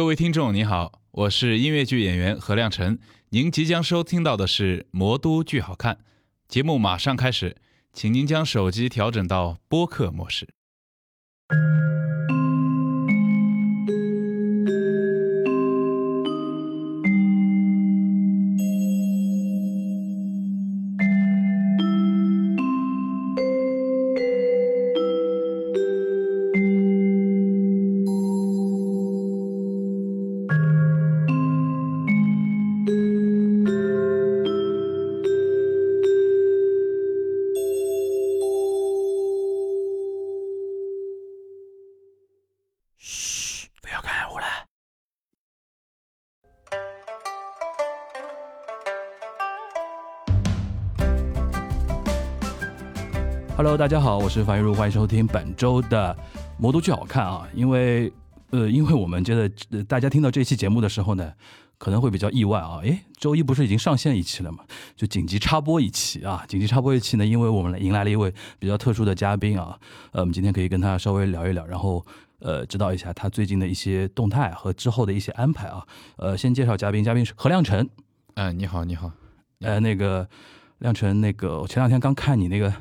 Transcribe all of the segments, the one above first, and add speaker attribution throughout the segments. Speaker 1: 各位听众，你好，我是音乐剧演员何亮晨。您即将收听到的是《魔都剧好看》节目，马上开始，请您将手机调整到播客模式。
Speaker 2: 不要干扰我了。Hello，大家好，我是樊玉茹，欢迎收听本周的《魔都剧好看》啊。因为呃，因为我们觉得、呃、大家听到这期节目的时候呢，可能会比较意外啊。诶，周一不是已经上线一期了吗？就紧急插播一期啊！紧急插播一期呢，因为我们迎来了一位比较特殊的嘉宾啊，呃，我们今天可以跟他稍微聊一聊，然后呃，知道一下他最近的一些动态和之后的一些安排啊。呃，先介绍嘉宾，嘉宾是何亮晨，
Speaker 1: 嗯、你好，你好，
Speaker 2: 呃，那个亮晨，那个我前两天刚看你那个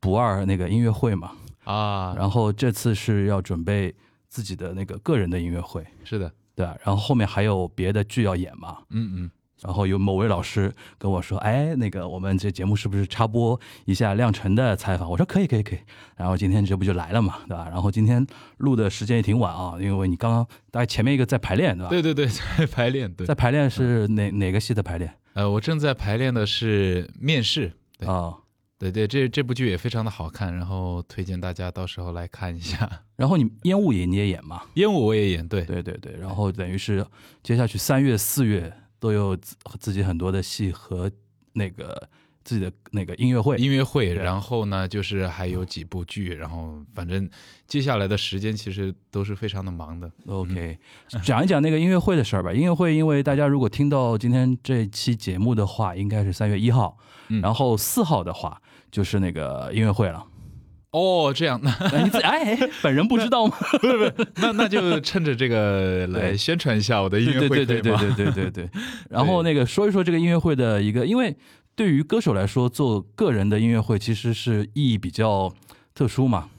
Speaker 2: 不二那个音乐会嘛，
Speaker 1: 啊，
Speaker 2: 然后这次是要准备自己的那个个人的音乐会，
Speaker 1: 是的，
Speaker 2: 对吧、然后后面还有别的剧要演嘛，
Speaker 1: 嗯嗯，
Speaker 2: 然后有某位老师跟我说：“哎，那个我们这节目是不是插播一下亮晨的采访？”我说：“可以，可以，可以。”然后今天这不就来了嘛，对吧？然后今天录的时间也挺晚啊，因为你刚刚大概前面一个在排练，对吧？
Speaker 1: 对对对，啊在排练，对
Speaker 2: 在，排练是哪哪个戏的排练
Speaker 1: 呃，我正在排练的是面试，对
Speaker 2: 啊？
Speaker 1: 对对，这这部剧也非常的好看，然后推荐大家到时候来看一下。
Speaker 2: 然后你烟雾也你也演嘛？
Speaker 1: 烟雾我也演，对，
Speaker 2: 对对对，然后等于是接下去三月、四月都有自自己很多的戏和那个自己的那个音乐会。
Speaker 1: 音乐会，
Speaker 2: 对
Speaker 1: 然后呢，就是还有几部剧，然后反正接下来的时间其实都是非常的忙的。
Speaker 2: OK，讲一讲那个音乐会的事儿吧。音乐会，因为大家如果听到今天这期节目的话，应该是三月一号，
Speaker 1: 嗯
Speaker 2: 然后四号的话就是那个音乐会 了。
Speaker 1: 哦，这样，那
Speaker 2: 哎你自哎，哎本人不知道吗？
Speaker 1: 那那就趁着这个来
Speaker 2: 对
Speaker 1: 宣传一下我的音乐
Speaker 2: 对
Speaker 1: 会，可
Speaker 2: 对对对
Speaker 1: 以
Speaker 2: 对
Speaker 1: 吗
Speaker 2: 对对对对。 然后那个说一说这个音乐会的一个，因为对于歌手来说，做个人的音乐会其实是意义比较特殊嘛。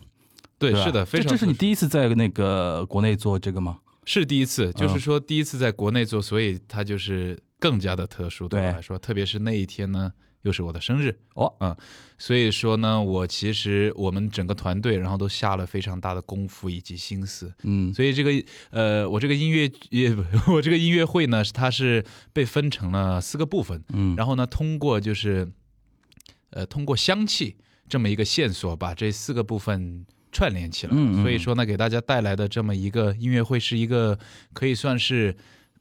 Speaker 1: 对
Speaker 2: 吧
Speaker 1: 是的，非
Speaker 2: 这
Speaker 1: 常
Speaker 2: 这是你
Speaker 1: 特殊
Speaker 2: 第一次在那个国内做这个吗？
Speaker 1: 是第一次，就是
Speaker 2: 嗯
Speaker 1: 说第一次在国内做，所以它就是更加的特殊对我
Speaker 2: 对
Speaker 1: 来说，特别是那一天呢，又是我的生日
Speaker 2: 哦
Speaker 1: 嗯，所以说呢，我其实我们整个团队，然后都下了非常大的功夫以及心思，
Speaker 2: 嗯，
Speaker 1: 所以这个呃，我这个音乐也 我这个音乐会呢，是它是被分成了四个部分，
Speaker 2: 嗯
Speaker 1: 然后呢，通过就是呃通过香气这么一个线索，把这四个部分串联起来。
Speaker 2: 嗯嗯
Speaker 1: 所以说呢，给大家带来的这么一个音乐会，是一个可以算是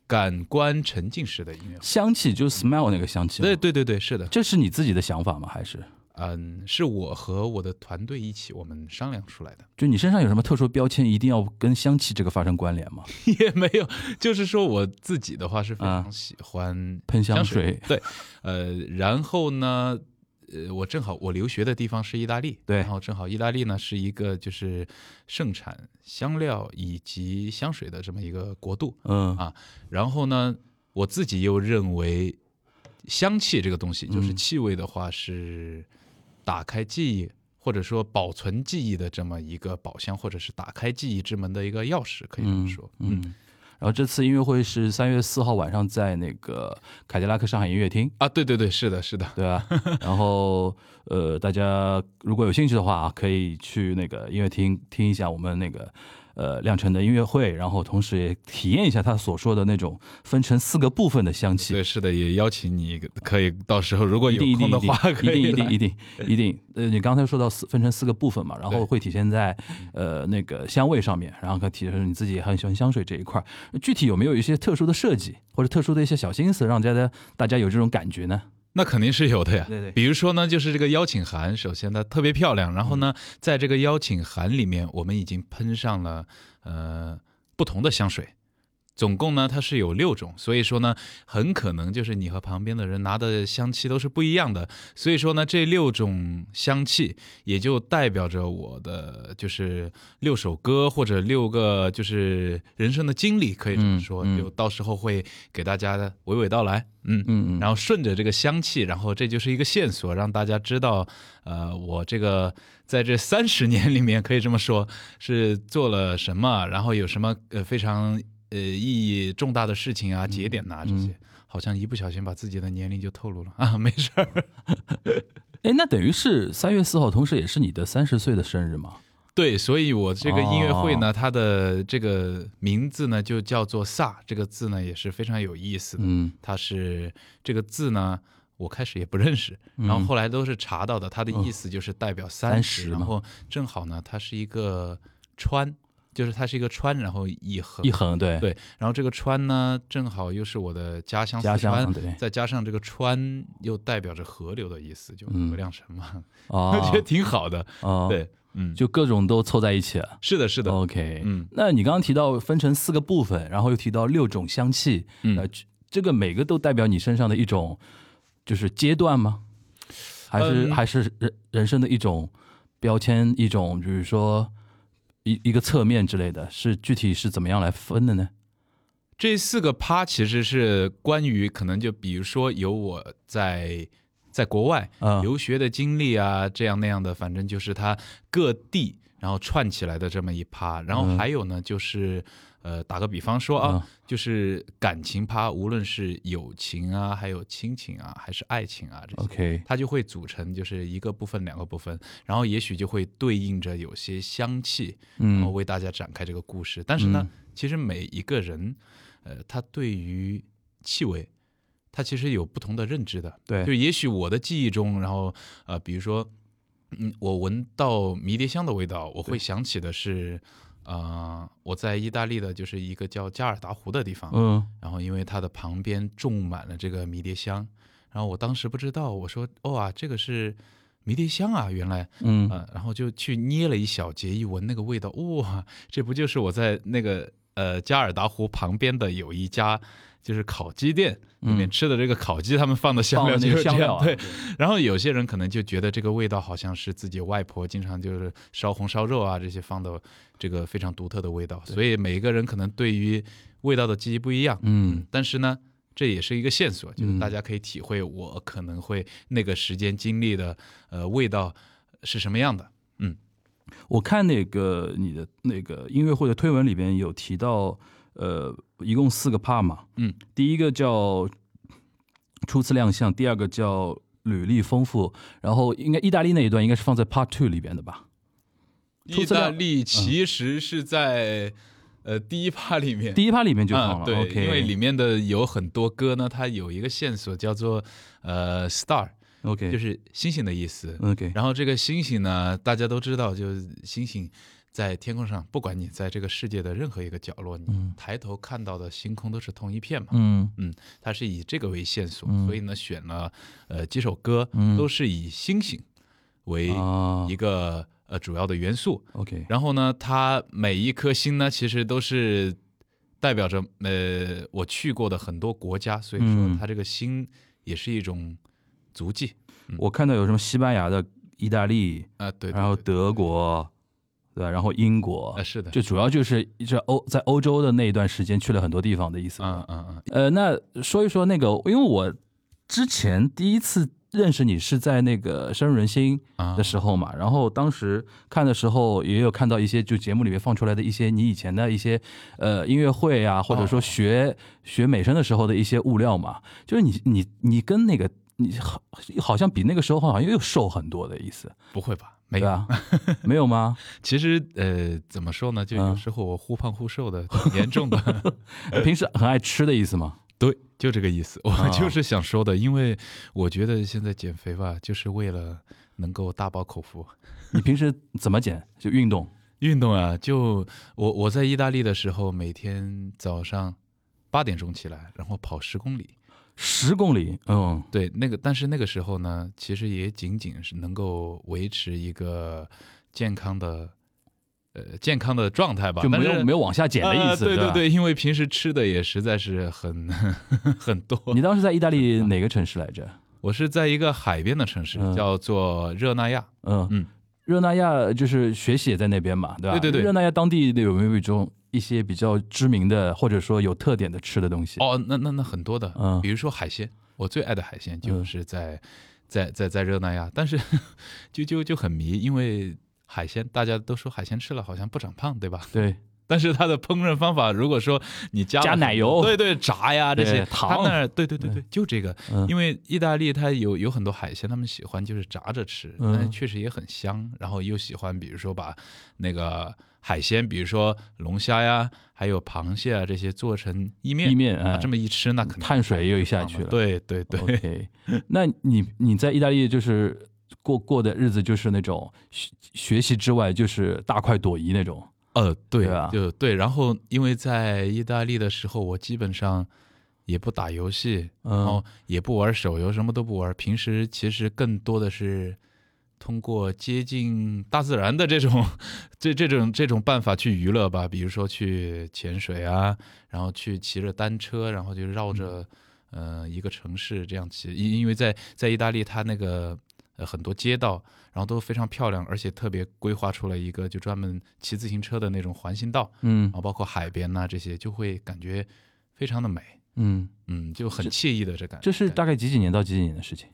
Speaker 1: 感官沉浸式的音乐会。
Speaker 2: 香气就是 smell 那个香气吗。
Speaker 1: 对对对对，是的，
Speaker 2: 这是你自己的想法吗？还是
Speaker 1: 嗯，是我和我的团队一起我们商量出来的，
Speaker 2: 就你身上有什么特殊标签，一定要跟香气这个发生关联吗？
Speaker 1: 也没有，就是说我自己的话是非常
Speaker 2: 啊
Speaker 1: 喜欢
Speaker 2: 喷香
Speaker 1: 水，
Speaker 2: 水，
Speaker 1: 对，呃，然后呢，呃，我正好我留学的地方是意大利，
Speaker 2: 对
Speaker 1: 然后正好意大利呢是一个就是盛产香料以及香水的这么一个国度，
Speaker 2: 嗯
Speaker 1: 啊然后呢，我自己又认为香气这个东西，就是
Speaker 2: 嗯
Speaker 1: 气味的话是打开记忆。或者说保存记忆的这么一个宝箱，或者是打开记忆之门的一个钥匙，可以这么
Speaker 2: 嗯
Speaker 1: 说。
Speaker 2: 嗯。然后这次音乐会是三月四号晚上在那个凯迪拉克上海音乐厅，
Speaker 1: 啊，对对对，是的，是的，
Speaker 2: 对吧？然后呃，大家如果有兴趣的话啊，可以去那个音乐厅听一下我们那个呃亮晨的音乐会，然后同时也体验一下他所说的那种分成四个部分的香气。
Speaker 1: 对，是的，也邀请你，可以到时候如果
Speaker 2: 一
Speaker 1: 有
Speaker 2: 定一定
Speaker 1: 空的
Speaker 2: 一定
Speaker 1: 话，可以
Speaker 2: 一定
Speaker 1: 来
Speaker 2: 一定一定一定。呃，你刚才说到四分成四个部分嘛，然后会体现在呃那个香味上面，然后可体现你自己也很喜欢香水这一块儿。具体有没有一些特殊的设计或者特殊的一些小心思，让大家大家有这种感觉呢？
Speaker 1: 那肯定是有的呀。
Speaker 2: 对对
Speaker 1: 比如说呢，就是这个邀请函，首先它特别漂亮，然后
Speaker 2: 嗯
Speaker 1: 呢，在这个邀请函里面，我们已经喷上了呃不同的香水，总共呢它是有六种，所以说呢很可能就是你和旁边的人拿的香气都是不一样的，所以说呢这六种香气也就代表着我的就是六首歌或者六个就是人生的经历，可以这么说，
Speaker 2: 嗯嗯
Speaker 1: 就到时候会给大家娓娓道来，嗯。
Speaker 2: 嗯嗯，
Speaker 1: 然后顺着这个香气，然后这就是一个线索，让大家知道，呃，我这个在这三十年里面可以这么说，是做了什么，然后有什么呃非常呃意义重大的事情啊、节点呐、这些，好像一不小心把自己的年龄就透露了啊，没事儿。
Speaker 2: 哎，那等于是三月四号，同时也是你的三十岁的生日嘛？
Speaker 1: 对，所以我这个音乐会呢，它的这个名字呢就叫做“萨”，这个字呢也是非常有意思的。
Speaker 2: 嗯
Speaker 1: 它是这个字呢，我开始也不认识，然后
Speaker 2: 嗯
Speaker 1: 后来都是查到的，它的意思就是代表三
Speaker 2: 30
Speaker 1: 十，
Speaker 2: 哦嘛
Speaker 1: 然后正好呢，它是一个川，就是它是一个川，然后一横
Speaker 2: 一横对
Speaker 1: 对，然后这个川呢，正好又是我的家乡
Speaker 2: 家
Speaker 1: 四川
Speaker 2: 乡对
Speaker 1: 再加上这个川又代表着河流的意思，就
Speaker 2: 嗯
Speaker 1: 河亮神嘛， 我
Speaker 2: 哦
Speaker 1: 觉得挺好的。
Speaker 2: 哦，，
Speaker 1: 对，嗯，
Speaker 2: 就哦各种都凑在一起了。
Speaker 1: 是的，是的，
Speaker 2: OK，
Speaker 1: 嗯
Speaker 2: 那你刚刚提到分成四个部分，然后又提到六种香气，
Speaker 1: 嗯
Speaker 2: 呃，这个每个都代表你身上的一种就是阶段吗？还是、
Speaker 1: 嗯
Speaker 2: 还是人人生的一种标签，一种比如说一一个侧面之类的，是具体是怎么样来分的呢？
Speaker 1: 这四个趴其实是关于可能就比如说有我在在国外
Speaker 2: 嗯
Speaker 1: 留学的经历啊，这样那样的，反正就是它各地然后串起来的这么一趴。
Speaker 2: 嗯
Speaker 1: 然后还有呢，就是呃，打个比方说啊，
Speaker 2: 嗯
Speaker 1: 就是感情趴，无论是友情啊，还有亲情啊，还是爱情啊这些。
Speaker 2: ，OK，
Speaker 1: 它就会组成就是一个部分、两个部分，然后也许就会对应着有些香气，然后
Speaker 2: 嗯
Speaker 1: 为大家展开这个故事。但是呢，其实每一个人，呃，他对于气味，他其实有不同的认知的。
Speaker 2: 对
Speaker 1: 就也许我的记忆中，然后呃，比如说，嗯，我闻到迷迭香的味道，我会想起的是，呃，我在意大利的就是一个叫加尔达湖的地方，
Speaker 2: 嗯
Speaker 1: 然后因为它的旁边种满了这个迷迭香，然后我当时不知道，我说，哦啊，这个是迷迭香啊，原来。
Speaker 2: 嗯
Speaker 1: 呃，然后就去捏了一小节，一闻那个味道，哇，这不就是我在那个呃加尔达湖旁边的有一家就是烤鸡店里面吃的这个烤鸡，他们放的香
Speaker 2: 嗯放
Speaker 1: 料
Speaker 2: 了
Speaker 1: 就
Speaker 2: 那个
Speaker 1: 是这
Speaker 2: 香
Speaker 1: 样
Speaker 2: 料啊
Speaker 1: 对，然后有些人可能就觉得这个味道好像是自己外婆经常就是烧红烧肉啊这些放的这个非常独特的味道，所以每一个人可能对于味道的记忆不一样，
Speaker 2: 嗯
Speaker 1: 但是呢，这也是一个线索，就是
Speaker 2: 嗯
Speaker 1: 大家可以体会我可能会那个时间经历的呃味道是什么样的。
Speaker 2: 我看那个你的那个音乐会的推文里边有提到，呃，一共四个 part 嘛，
Speaker 1: 嗯，
Speaker 2: 第一个叫初次亮相，第二个叫履历丰富，然后应该意大利那一段应该是放在 part two 里边的吧？出
Speaker 1: 意
Speaker 2: 资
Speaker 1: 大
Speaker 2: 料
Speaker 1: 利其实是在、呃第一趴里面。
Speaker 2: 第一 part 里面就放
Speaker 1: 啊、
Speaker 2: 了、
Speaker 1: 对
Speaker 2: o k
Speaker 1: 因为里面的有很多歌呢，它有一个线索叫做呃 star，
Speaker 2: OK
Speaker 1: 就、是星星的意思。
Speaker 2: OK，
Speaker 1: 然后这个星星呢，大家都知道，就是星星在天空上，不管你在这个世界的任何一个角落，你抬头看到的星空都是同一片嘛。
Speaker 2: 嗯
Speaker 1: 它是以这个为线索，
Speaker 2: 嗯
Speaker 1: 所以呢选了呃几首歌，
Speaker 2: 嗯
Speaker 1: 都是以星星为
Speaker 2: 啊
Speaker 1: 一个呃主要的元素。
Speaker 2: ，OK，
Speaker 1: 然后呢，它每一颗星呢，其实都是代表着呃我去过的很多国家，所以说
Speaker 2: 嗯
Speaker 1: 它这个星也是一种足迹
Speaker 2: 我看到有什么西班牙的、意大利，
Speaker 1: 啊、嗯对，对
Speaker 2: 然后
Speaker 1: 对
Speaker 2: 德国，对吧？然后英国，
Speaker 1: 啊是的，
Speaker 2: 就主要就是这欧在欧洲的那一段时间去了很多地方的意思。
Speaker 1: 嗯嗯嗯，
Speaker 2: 呃，那说一说那个，因为我之前第一次认识你是在那个《深入人心》
Speaker 1: 啊
Speaker 2: 的时候嘛，然后当时看的时候也有看到一些就节目里面放出来的一些你以前的一些呃音乐会啊，或者说学、学美声的时候的一些物料嘛，就是你你你跟那个你好好像比那个时候好像又瘦很多的意思，
Speaker 1: 不会吧？没
Speaker 2: 对啊
Speaker 1: 有，
Speaker 2: 吧？没有吗？
Speaker 1: 其实呃，怎么说呢？就有
Speaker 2: 嗯
Speaker 1: 时候我忽胖忽瘦的，挺严重的。
Speaker 2: 平时很爱吃的意思吗？
Speaker 1: 对，就这个意思。我
Speaker 2: 啊
Speaker 1: 就是想说的，因为我觉得现在减肥吧，就是为了能够大饱口福。
Speaker 2: 你平时怎么减？就运动。
Speaker 1: 运动啊，就我我在意大利的时候，每天早上八点钟起来，然后跑十公里。
Speaker 2: 十公里，嗯，
Speaker 1: 对，那个但是那个时候呢，其实也仅仅是能够维持一个健康的呃健康的状态吧，
Speaker 2: 就没
Speaker 1: 但
Speaker 2: 有
Speaker 1: 是
Speaker 2: 没有往下减的意
Speaker 1: 啊
Speaker 2: 思，
Speaker 1: 对
Speaker 2: 对
Speaker 1: 对
Speaker 2: 吧。
Speaker 1: 对，因为平时吃的也实在是很 很多。
Speaker 2: 你当时在意大利哪个城市来着？
Speaker 1: 我是在一个海边的城市
Speaker 2: 嗯，
Speaker 1: 叫做热那亚。
Speaker 2: 嗯
Speaker 1: 嗯，
Speaker 2: 热那亚就是学习也在那边嘛，对吧？
Speaker 1: 对对对
Speaker 2: 热那亚当地有没有一种一些比较知名的或者说有特点的吃的东西？
Speaker 1: 哦，那那那很多的，
Speaker 2: 嗯
Speaker 1: 比如说海鲜，我最爱的海鲜就是在、在在在热那亚，但是 就就就很迷，因为海鲜大家都说海鲜吃了好像不长胖，对吧？
Speaker 2: 对，
Speaker 1: 但是它的烹饪方法，如果说你加了
Speaker 2: 加
Speaker 1: 很多
Speaker 2: 奶油
Speaker 1: 对对，炸呀这
Speaker 2: 对
Speaker 1: 些，
Speaker 2: 糖
Speaker 1: 它那儿对对对对，就这个，
Speaker 2: 嗯
Speaker 1: 因为意大利它有有很多海鲜，他们喜欢就是炸着吃，
Speaker 2: 嗯
Speaker 1: 但是确实也很香，然后又喜欢比如说把那个海鲜，比如说龙虾呀，还有螃蟹啊这些做成意面，
Speaker 2: 意面
Speaker 1: 啊
Speaker 2: 哎，
Speaker 1: 这么一吃，那肯定
Speaker 2: 碳水又下去了。
Speaker 1: 对对对，
Speaker 2: OK，那你你在意大利就是过过的日子就是那种学学习之外就是大快朵颐那种，
Speaker 1: 呃，对
Speaker 2: 哦对啊吧
Speaker 1: 就对。然后因为在意大利的时候，我基本上也不打游戏，然
Speaker 2: 嗯
Speaker 1: 后也不玩手游，什么都不玩。平时其实更多的是通过接近大自然的这种这这种这种办法去娱乐吧，比如说去潜水啊，然后去骑着单车，然后就绕着
Speaker 2: 嗯
Speaker 1: 呃一个城市这样骑。因因为在在意大利，它那个呃很多街道，然后都非常漂亮，而且特别规划出了一个就专门骑自行车的那种环形道，
Speaker 2: 嗯
Speaker 1: 然后包括海边呐、这些，就会感觉非常的美。
Speaker 2: 嗯，
Speaker 1: 嗯，就很惬意的这感觉。
Speaker 2: 这是
Speaker 1: 感
Speaker 2: 大概几几年到几几年的事情？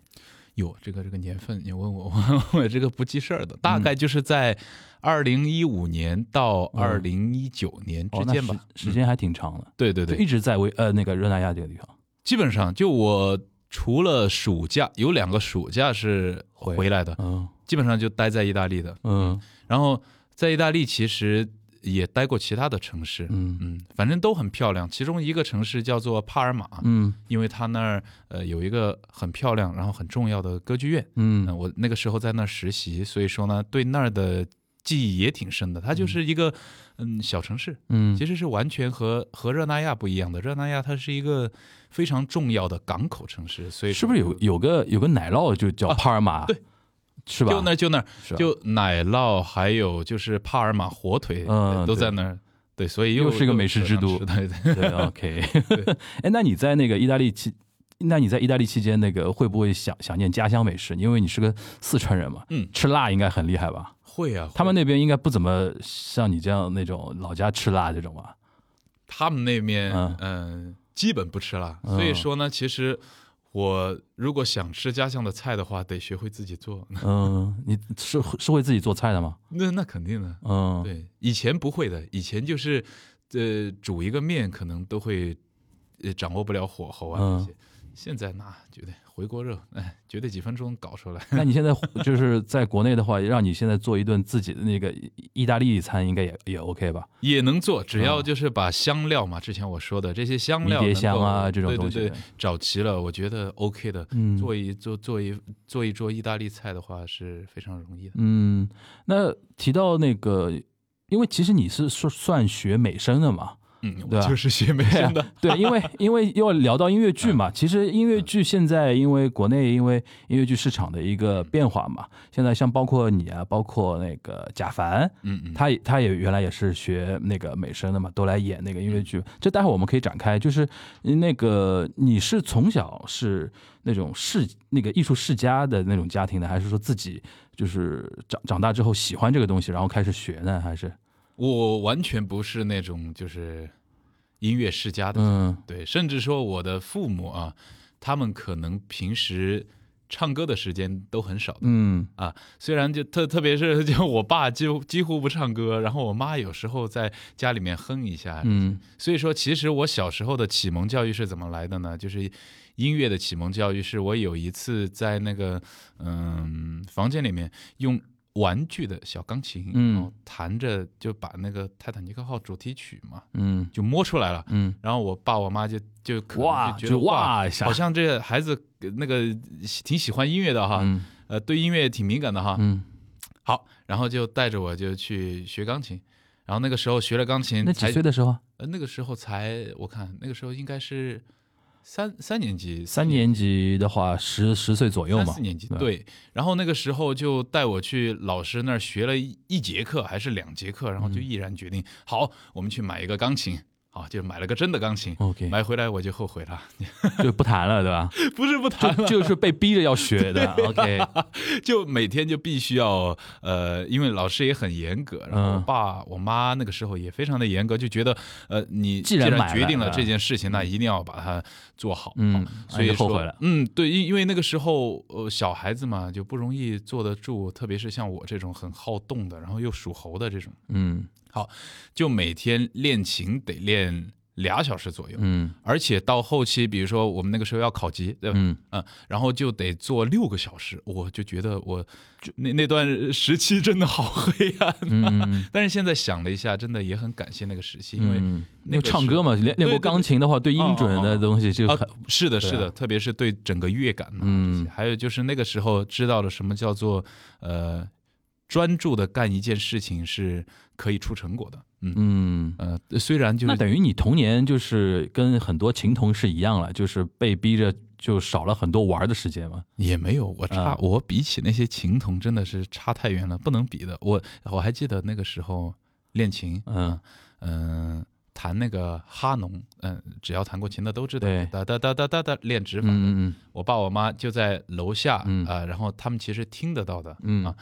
Speaker 1: 有这个这个年份，你问我， 我我这个不记事儿的，大
Speaker 2: 嗯
Speaker 1: 概就是在二零一五年到二零一九年之
Speaker 2: 哦，那
Speaker 1: 间吧。
Speaker 2: 时时间还挺长的，
Speaker 1: 对对
Speaker 2: 就
Speaker 1: 对，
Speaker 2: 一直在维呃那个热那亚这个地方。
Speaker 1: 基本上就我除了暑假有两个暑假是
Speaker 2: 回
Speaker 1: 回来的，
Speaker 2: 嗯
Speaker 1: 基本上就待在意大利的。
Speaker 2: 嗯
Speaker 1: 然后在意大利其实也待过其他的城市，
Speaker 2: 嗯
Speaker 1: 嗯，反正都很漂亮。其中一个城市叫做帕尔马，
Speaker 2: 嗯
Speaker 1: 因为它那儿呃有一个很漂亮然后很重要的歌剧院。嗯，
Speaker 2: 嗯
Speaker 1: 我那个时候在那儿实习，所以说呢，对那儿的记忆也挺深的。它就是一个嗯小城市，
Speaker 2: 嗯
Speaker 1: 其实是完全和和热那亚不一样的。热那亚它是一个非常重要的港口城市，所以
Speaker 2: 是不是有有个有个奶酪就叫
Speaker 1: 啊
Speaker 2: 帕尔马？
Speaker 1: 对，
Speaker 2: 是吧？
Speaker 1: 就那就那儿
Speaker 2: 是吧
Speaker 1: 就奶酪，还有就是帕尔马火腿，
Speaker 2: 嗯
Speaker 1: 都
Speaker 2: 对
Speaker 1: 在那儿。对，所以
Speaker 2: 又
Speaker 1: 又
Speaker 2: 是一个美食之都
Speaker 1: 又是对对
Speaker 2: 对啊，OK。哎， 那你在那个意大利期，那你在意大利期间，那个会不会想想念家乡美食？因为你是个四川人嘛，
Speaker 1: 嗯
Speaker 2: 吃辣应该很厉害吧？
Speaker 1: 会啊，
Speaker 2: 他
Speaker 1: 会
Speaker 2: 们那边应该不怎么像你这样那种老家吃辣这种吧？
Speaker 1: 他们那边
Speaker 2: 嗯
Speaker 1: 嗯、呃基本不吃辣，所以
Speaker 2: 嗯
Speaker 1: 说呢，其实我如果想吃家乡的菜的话，得学会自己做。
Speaker 2: 嗯，你是是会自己做菜的吗？
Speaker 1: 那那肯定的，
Speaker 2: 嗯，
Speaker 1: 对，以前不会的，以前就是，呃，煮一个面可能都会，呃，掌握不了火候啊
Speaker 2: 嗯
Speaker 1: 这些。现在那绝对回锅肉，哎，绝对几分钟搞出来。
Speaker 2: 那你现在就是在国内的话，让你现在做一顿自己的那个意意大利餐，应该也也 OK 吧？
Speaker 1: 也能做，只要
Speaker 2: 嗯
Speaker 1: 就是把香料嘛，之前我说的这些香料
Speaker 2: 迷迭
Speaker 1: 能够
Speaker 2: 香啊这种
Speaker 1: 对
Speaker 2: 东
Speaker 1: 对
Speaker 2: 西
Speaker 1: 对，找齐了，我觉得 OK 的。
Speaker 2: 嗯
Speaker 1: 做一做做一做一桌意大利菜的话是非常容易的。
Speaker 2: 嗯，那提到那个，因为其实你是算算学美声的嘛，
Speaker 1: 嗯，
Speaker 2: 对
Speaker 1: 我
Speaker 2: 啊
Speaker 1: 就是学美声的。
Speaker 2: 对，因为因为要聊到音乐剧嘛，其实音乐剧现在因为国内因为音乐剧市场的一个变化嘛，现在像包括你啊，包括那个贾凡，
Speaker 1: 嗯嗯，
Speaker 2: 他也他也原来也是学那个美声的嘛，都来演那个音乐
Speaker 1: 嗯
Speaker 2: 剧。这待会儿我们可以展开，就是那个你是从小是那种世那个艺术世家的那种家庭的，还是说自己就是长长大之后喜欢这个东西，然后开始学呢？还是
Speaker 1: 我完全不是那种就是音乐世家的人，
Speaker 2: 嗯
Speaker 1: 对，甚至说我的父母啊，他们可能平时唱歌的时间都很少的。
Speaker 2: 嗯
Speaker 1: 虽然就特特别是就我爸几乎几乎不唱歌，然后我妈有时候在家里面哼一下，
Speaker 2: 嗯
Speaker 1: 所以说其实我小时候的启蒙教育是怎么来的呢？就是音乐的启蒙教育是我有一次在那个嗯房间里面用玩具的小钢琴，
Speaker 2: 嗯
Speaker 1: 然后弹着就把那个《泰坦尼克号》主题曲嘛
Speaker 2: 嗯
Speaker 1: 就摸出来了，
Speaker 2: 嗯，
Speaker 1: 然后我爸我妈就就可能
Speaker 2: 哇，
Speaker 1: 就觉得
Speaker 2: 就哇一下
Speaker 1: 好，像这孩子呃那个挺喜欢音乐的哈，
Speaker 2: 嗯
Speaker 1: 呃对音乐挺敏感的哈，
Speaker 2: 嗯，
Speaker 1: 好，然后就带着我就去学钢琴，然后那个时候学了钢琴，
Speaker 2: 那
Speaker 1: 才
Speaker 2: 几岁的时候啊？
Speaker 1: 呃那个时候才我看那个时候应该是三三年级，
Speaker 2: 三年级的话，十十岁左右嘛，
Speaker 1: 三四年级
Speaker 2: 对
Speaker 1: 对。然后那个时候就带我去老师那儿学了一一节课还是两节课，然后就
Speaker 2: 嗯
Speaker 1: 毅然决定，好，我们去买一个钢琴。好，就买了个真的钢琴。
Speaker 2: OK
Speaker 1: 买回来我就后悔 了，
Speaker 2: 就不谈了，对吧？
Speaker 1: 不是不弹
Speaker 2: 就
Speaker 1: 了，
Speaker 2: 就是被逼着要学的。OK，
Speaker 1: 就每天就必须要呃，因为老师也很严格，然后我
Speaker 2: 嗯
Speaker 1: 爸我妈那个时候也非常的严格，就觉得呃，你既
Speaker 2: 既然买
Speaker 1: 然
Speaker 2: 了
Speaker 1: 决定了
Speaker 2: 对吧
Speaker 1: 这件事情，那一定要把它做好。
Speaker 2: 嗯，
Speaker 1: 所以
Speaker 2: 后
Speaker 1: 说
Speaker 2: 悔了。
Speaker 1: 嗯，对，因因为那个时候呃小孩子嘛就不容易坐得住，特别是像我这种很好动的，然后又属猴的这种，
Speaker 2: 嗯
Speaker 1: 就每天练琴得练俩小时左右。
Speaker 2: 嗯
Speaker 1: 而且到后期，比如说我们那个时候要考级，对吧？
Speaker 2: 嗯，
Speaker 1: 嗯，然后就得做六个小时，我就觉得我那那段时期真的好黑暗、
Speaker 2: 嗯，
Speaker 1: 但是现在想了一下，真的也很感谢那个时期，因为、
Speaker 2: 嗯
Speaker 1: 那个时候
Speaker 2: 唱歌嘛，练练过
Speaker 1: 对对
Speaker 2: 钢琴的话，对音准的东西就
Speaker 1: 啊
Speaker 2: 很，
Speaker 1: 是的，
Speaker 2: 对啊
Speaker 1: 是的，特别是对整个乐感、啊，
Speaker 2: 嗯
Speaker 1: 嗯，还有就是那个时候知道了什么叫做呃专注的干一件事情是可以出成果的，嗯
Speaker 2: 嗯。
Speaker 1: 呃，虽然就
Speaker 2: 那
Speaker 1: 是
Speaker 2: 等于你童年就是跟很多琴童是一样了，就是被逼着就少了很多玩的时间嘛。
Speaker 1: 也没有我差，
Speaker 2: 啊
Speaker 1: 我比起那些琴童真的是差太远了，不能比的。我我还记得那个时候练琴，
Speaker 2: 嗯
Speaker 1: 嗯、弹那个哈农，嗯、只要弹过琴的都知道
Speaker 2: 对，
Speaker 1: 哒哒哒哒哒哒练指法。
Speaker 2: 嗯嗯
Speaker 1: 我爸我妈就在楼下啊、
Speaker 2: 嗯
Speaker 1: 然后他们其实听得到的，
Speaker 2: 嗯
Speaker 1: 啊，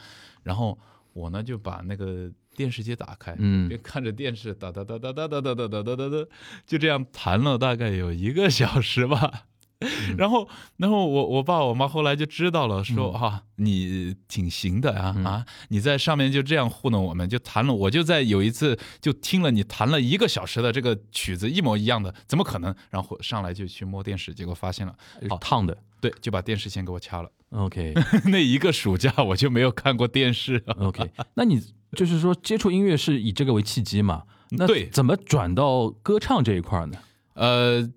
Speaker 1: 然后我呢就把那个电视机打开，
Speaker 2: 嗯
Speaker 1: 就看着电视哒哒哒哒哒哒哒哒哒哒哒哒，就这样弹了大概有一个小时吧。
Speaker 2: 嗯
Speaker 1: 然后，然后我我爸我妈后来就知道了，说
Speaker 2: 嗯
Speaker 1: 啊，你挺行的啊啊，你在上面就这样糊弄我们，就弹了，我就在有一次就听了你弹了一个小时的这个曲子一模一样的，怎么可能？然后上来就去摸电视，结果发现了，
Speaker 2: 嗯，烫的。
Speaker 1: 对，就把电视线给我掐了。
Speaker 2: OK
Speaker 1: 那一个暑假我就没有看过电视啊了。
Speaker 2: OK，那你就是说接触音乐是以这个为契机嘛？那
Speaker 1: 嗯对
Speaker 2: 怎么转到歌唱这一块呢？
Speaker 1: 呃，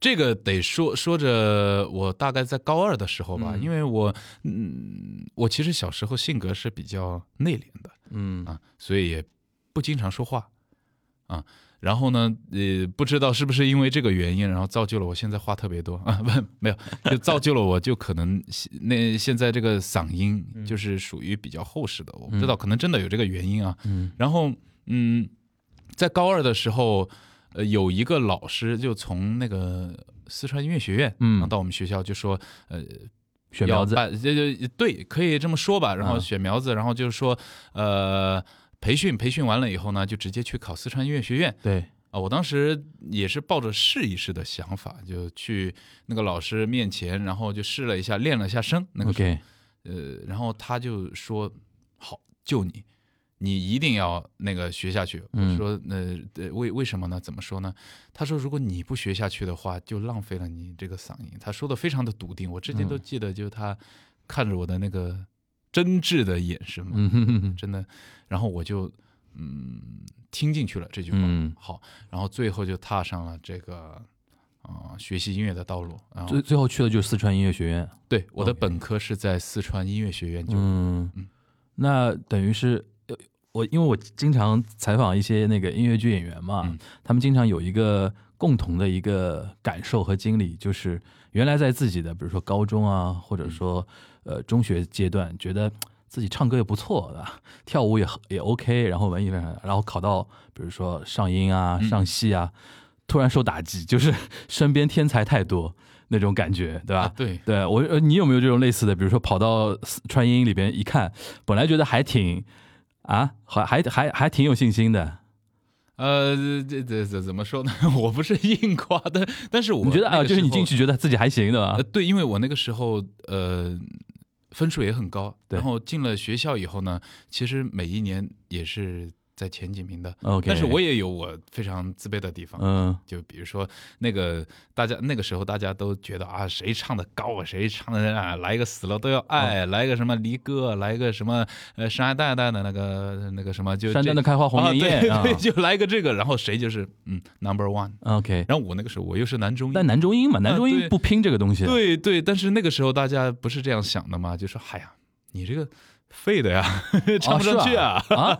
Speaker 1: 这个得说说着，我大概在高二的时候吧，因为我，嗯，我其实小时候性格是比较内敛的
Speaker 2: 嗯
Speaker 1: 啊，所以也不经常说话啊。然后呢，呃，不知道是不是因为这个原因，然后造就了我现在话特别多啊，不，没有，就造就了我就可能现那现在这个嗓音
Speaker 2: 嗯
Speaker 1: 就是属于比较厚实的，我不知道，可能真的有这个原因啊。
Speaker 2: 嗯
Speaker 1: 然后，嗯，在高二的时候，呃，有一个老师就从那个四川音乐学院，
Speaker 2: 嗯
Speaker 1: 然后到我们学校就说，呃，
Speaker 2: 选
Speaker 1: 要
Speaker 2: 苗子
Speaker 1: 办，呃这就对，可以这么说吧。然后
Speaker 2: 嗯
Speaker 1: 选苗子，然后就是说，呃，培训培训完了以后呢，就直接去考四川音乐学院。
Speaker 2: 对，
Speaker 1: 啊，我当时也是抱着试一试的想法，就去那个老师面前，然后就试了一下，练了一下声。那个时候
Speaker 2: OK，
Speaker 1: 呃，然后他就说：“好，就你，你一定要那个学下去。”
Speaker 2: 嗯
Speaker 1: 我说：“呃，呃为为什么呢？怎么说呢？”他说：“如果你不学下去的话，就浪费了你这个嗓音。”他说的非常的笃定，我至今都记得，就是他看着我的那个真挚的眼神嘛，
Speaker 2: 嗯哼哼哼
Speaker 1: 真的。然后我就嗯听进去了这句话，
Speaker 2: 嗯
Speaker 1: 好，然后最后就踏上了这个。啊、学习音乐的道路，然后
Speaker 2: 最最后去的就是四川音乐学院。
Speaker 1: 对我的
Speaker 2: OK
Speaker 1: 本科是在四川音乐学院就
Speaker 2: 嗯
Speaker 1: 嗯，
Speaker 2: 那等于是呃我，因为我经常采访一些那个音乐剧演员嘛，
Speaker 1: 嗯
Speaker 2: 他们经常有一个共同的一个感受和经历，就是原来在自己的比如说高中啊，或
Speaker 1: 嗯
Speaker 2: 者说呃中学阶段，觉得。自己唱歌也不错的， 跳舞也也 OK，然后文艺非常，然后考到比如说上音啊、
Speaker 1: 嗯
Speaker 2: 上戏啊，突然受打击，就是 身边天才太多那种感觉，对吧？
Speaker 1: 啊，对，
Speaker 2: 对我，呃你有没有这种类似的？比如说跑到川音里边一看，本来觉得还挺啊，还还还还挺有信心的。
Speaker 1: 呃，这这这怎么说呢？ 我不是硬夸，但但是我
Speaker 2: 你觉得
Speaker 1: 那
Speaker 2: 啊，
Speaker 1: 个
Speaker 2: 就
Speaker 1: 时
Speaker 2: 是你进
Speaker 1: 候
Speaker 2: 去觉得自己还行的吧
Speaker 1: 呃，？对，因为我那个时候呃分数也很高，
Speaker 2: 对
Speaker 1: 然后进了学校以后呢，其实每一年也是在前几名的
Speaker 2: 哦 OK
Speaker 1: 但是我也有我非常自卑的地方。
Speaker 2: 嗯
Speaker 1: 就比如说那个大家那个时候大家都觉得啊，谁唱的高啊，谁唱的啊，来个死了都要
Speaker 2: 嗯
Speaker 1: 爱，来个什么离歌，来个什么呃山海蛋蛋的那个那个什么，就
Speaker 2: 嗯山
Speaker 1: 这
Speaker 2: 丹的开花红艳艳
Speaker 1: 啊
Speaker 2: 啊
Speaker 1: 对对，就来个这个，然后谁就是嗯 number one。
Speaker 2: ，OK。
Speaker 1: 然后我那个时候我又是男中音，
Speaker 2: 但男中音嘛，男中音
Speaker 1: 啊对
Speaker 2: 不拼这个东西。
Speaker 1: 对对，但是那个时候大家不是这样想的嘛，就说哎呀，你这个废的呀，唱不上去
Speaker 2: 啊！啊，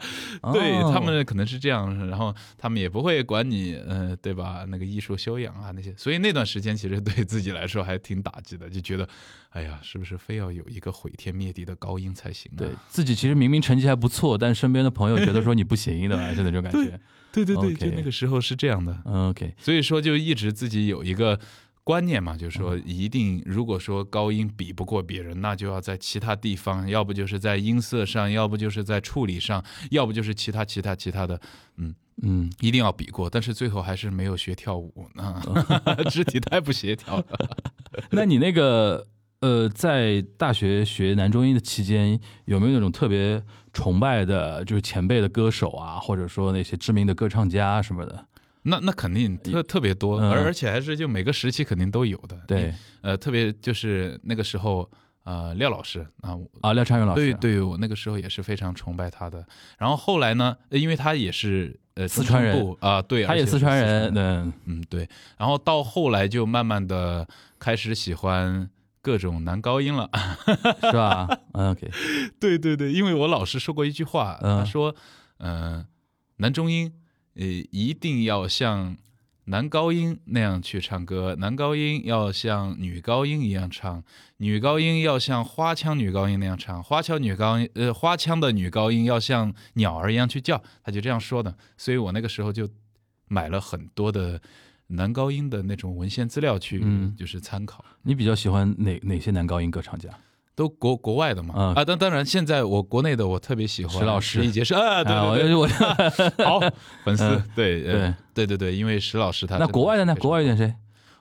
Speaker 1: 对
Speaker 2: 哦
Speaker 1: 他们可能是这样，然后他们也不会管你，呃，对吧？那个艺术修养啊那些，所以那段时间其实对自己来说还挺打击的，就觉得，哎呀，是不是非要有一个毁天灭地的高音才行、啊？
Speaker 2: 对自己其实明明成绩还不错，但身边的朋友觉得说你不行的，是那种感觉。
Speaker 1: 对对对
Speaker 2: OK
Speaker 1: 就那个时候是这样的，
Speaker 2: 嗯 OK，
Speaker 1: 所以说就一直自己有一个观念嘛，就是
Speaker 2: 嗯
Speaker 1: 说一定如果说高音比不过别人，那就要在其他地方，要不就是在音色上，要不就是在处理上，要不就是其他其他其他的，嗯，
Speaker 2: 嗯，
Speaker 1: 一定要比过。但是最后还是没有学跳舞呢，
Speaker 2: 哦
Speaker 1: 肢体太不协调 了。
Speaker 2: 那你那个呃，在大学学男中音的期间，有没有那种特别崇拜的，就是前辈的歌手啊，或者说那些知名的歌唱家什么的？
Speaker 1: 那那肯定特特别多，
Speaker 2: 嗯
Speaker 1: 而而且还是就每个时期肯定都有的。
Speaker 2: 对，
Speaker 1: 呃，特别就是那个时候，呃，廖老师啊，我
Speaker 2: 啊，廖昌永老
Speaker 1: 对，
Speaker 2: 师，
Speaker 1: 对，我那个时候也是非常崇拜他的。然后后来呢，呃因为他也是呃
Speaker 2: 四川人
Speaker 1: 中部啊、对，
Speaker 2: 他也
Speaker 1: 而且
Speaker 2: 四
Speaker 1: 是
Speaker 2: 川人，嗯，
Speaker 1: 嗯对。然后到后来就慢慢的开始喜欢各种男高音了。
Speaker 2: 是吧？嗯，OK，
Speaker 1: 对对对，因为我老师说过一句话，
Speaker 2: 嗯
Speaker 1: 他说，嗯、男中音，呃，一定要像男高音那样去唱歌，男高音要像女高音一样唱，女高音要像花腔女高音那样唱，花腔女高音，呃，花腔的女高音要像鸟儿一样去叫，他就这样说的，所以我那个时候就买了很多的。男高音的那种文献资料去，
Speaker 2: 嗯
Speaker 1: 就是参考。
Speaker 2: 你比较喜欢哪哪些男高音歌唱家？
Speaker 1: 都国国外的嘛、
Speaker 2: 嗯
Speaker 1: 啊，但当然，现在我国内的我特别喜欢
Speaker 2: 石老师
Speaker 1: 一杰是啊，对对
Speaker 2: 啊、我我
Speaker 1: 对，好粉丝
Speaker 2: 嗯，
Speaker 1: 对呃
Speaker 2: 对
Speaker 1: 对对对，因为石老师他
Speaker 2: 那国外的呢？国外有
Speaker 1: 的
Speaker 2: 点谁？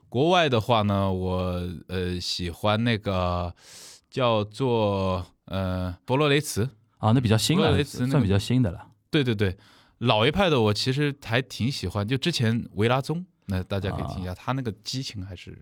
Speaker 1: 国外的话呢，我呃喜欢那个叫做呃伯罗雷茨，
Speaker 2: 啊，那比较新
Speaker 1: 布
Speaker 2: 了
Speaker 1: 莱雷，茨那个
Speaker 2: 算比较新的了。
Speaker 1: 对对对，老一派的我其实还挺喜欢，就之前维拉宗，那大家可以听一
Speaker 2: 啊
Speaker 1: 下，他那个激情还是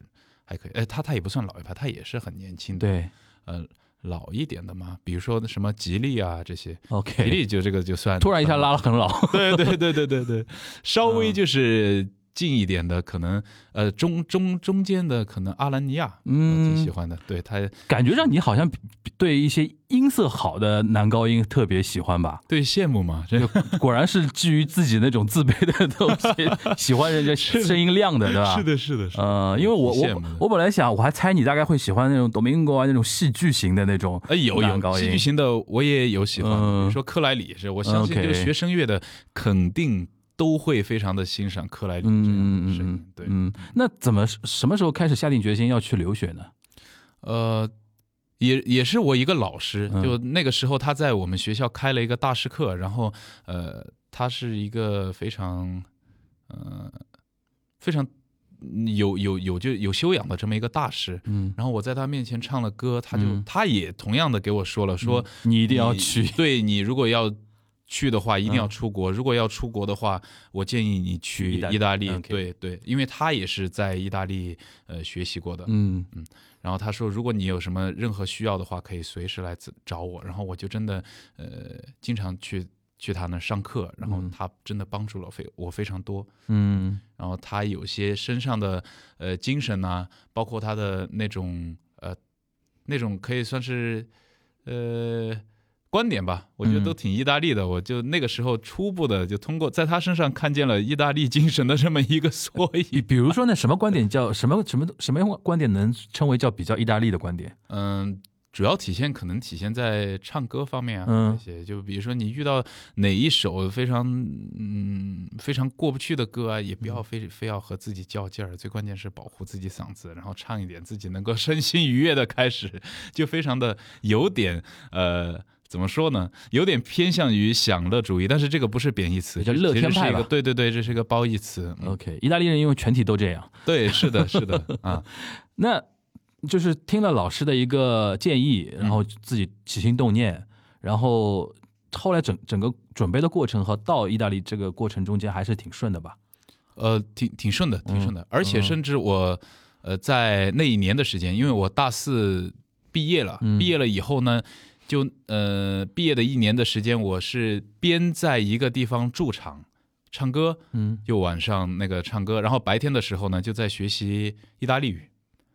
Speaker 1: 还可以，哎，他他也不算老一派，他也是很年轻的，
Speaker 2: 对
Speaker 1: 呃老一点的嘛，比如说什么吉利啊这些。比
Speaker 2: ，OK，
Speaker 1: 例就这个就算
Speaker 2: 突然一下拉，了很老。
Speaker 1: 对对对对对对，稍微就是近一点的，可能呃中中中间的可能阿兰尼亚，我挺喜
Speaker 2: 嗯，
Speaker 1: 欢的，对他
Speaker 2: 感觉让你好像比比对一些音色好的男高音特别喜欢吧？
Speaker 1: 对羡慕 嘛，这
Speaker 2: 果然是基于自己那种自卑的东西，喜欢人家声音亮的，对 吧？
Speaker 1: 是。的是的，是的
Speaker 2: 呃，因为我
Speaker 1: 挺羡
Speaker 2: 我
Speaker 1: 慕的
Speaker 2: 我本来想，我还猜你大概会喜欢那种 Domingo 啊，那种戏剧型的那种。
Speaker 1: 哎有
Speaker 2: 男
Speaker 1: 有
Speaker 2: 高音
Speaker 1: 戏剧型的我也有喜欢的，比
Speaker 2: 嗯
Speaker 1: 如说克莱里是，我相信
Speaker 2: 嗯，OK
Speaker 1: 就是学声乐的肯定都会非常的欣赏克莱里这样的
Speaker 2: 嗯嗯
Speaker 1: 声音
Speaker 2: 嗯，
Speaker 1: 对，
Speaker 2: 嗯，那怎么什么时候开始下定决心要去留学呢？
Speaker 1: 呃，也也是我一个老师，
Speaker 2: 嗯
Speaker 1: 就那个时候他在我们学校开了一个大师课，然后呃，他是一个非常呃非常嗯有有有就有修养的这么一个大师。
Speaker 2: 嗯，
Speaker 1: 然后我在他面前唱了歌，他就、
Speaker 2: 嗯
Speaker 1: 他也同样的给我说了，说
Speaker 2: 你一
Speaker 1: 一
Speaker 2: 定要去。
Speaker 1: 对你如果要去的话，一定要
Speaker 2: 嗯
Speaker 1: 出国。如果要出国的话，我建议你去
Speaker 2: 意大利
Speaker 1: 意大利。
Speaker 2: OK
Speaker 1: 对对，因为他也是在意大利呃学习过的。
Speaker 2: 嗯，
Speaker 1: 然后他说，如果你有什么任何需要的话，可以随时来自找我。然后我就真的呃，经常去去他那儿上课，然后
Speaker 2: 嗯
Speaker 1: 他真的帮助了非我非常多。
Speaker 2: 嗯
Speaker 1: 然后他有些身上的呃精神呐、包括他的那种呃那种可以算是呃观点吧，我觉得
Speaker 2: 嗯
Speaker 1: 都挺意大利的。我就那个时候初步的就通过在他身上看见了意大利精神的这么一个缩影。
Speaker 2: 比比如说呢，什么观点叫什么什么什么观点能称为叫比较意大利的观点？
Speaker 1: 嗯，主要体现可能体现在唱歌方面啊，
Speaker 2: 嗯
Speaker 1: 这些就比如说你遇到哪一首非常嗯非常过不去的歌啊，也不
Speaker 2: 嗯
Speaker 1: 要非、非要和自己较劲儿，最关键是保护自己嗓子，然后唱一点自己能够身心愉悦的开始，就非常的有点呃。怎么说呢？有点偏向于享乐主义，但是这个不是贬义词，
Speaker 2: 比较
Speaker 1: 这
Speaker 2: 乐
Speaker 1: 其实
Speaker 2: 天
Speaker 1: 是
Speaker 2: 派
Speaker 1: 一个
Speaker 2: 吧
Speaker 1: 对对对，这是一个褒义词。嗯
Speaker 2: OK，意大利人因为全体都这样，
Speaker 1: 对，是的，是的啊，
Speaker 2: 那就是听了老师的一个建议，然
Speaker 1: 嗯
Speaker 2: 后自己起心动念，然后后来整整个准备的过程和到意大利这个过程中间还是挺顺的吧？
Speaker 1: 呃，挺挺顺的，挺顺的，而且
Speaker 2: 嗯
Speaker 1: 甚至我，呃，在那一年的时间，因为我大四毕业了，
Speaker 2: 嗯
Speaker 1: 毕业了以后呢，就呃，毕业的一年的时间，我是边在一个地方驻场唱歌，
Speaker 2: 嗯，
Speaker 1: 就晚上那个唱歌，然后白天的时候呢，就在学习意大利语。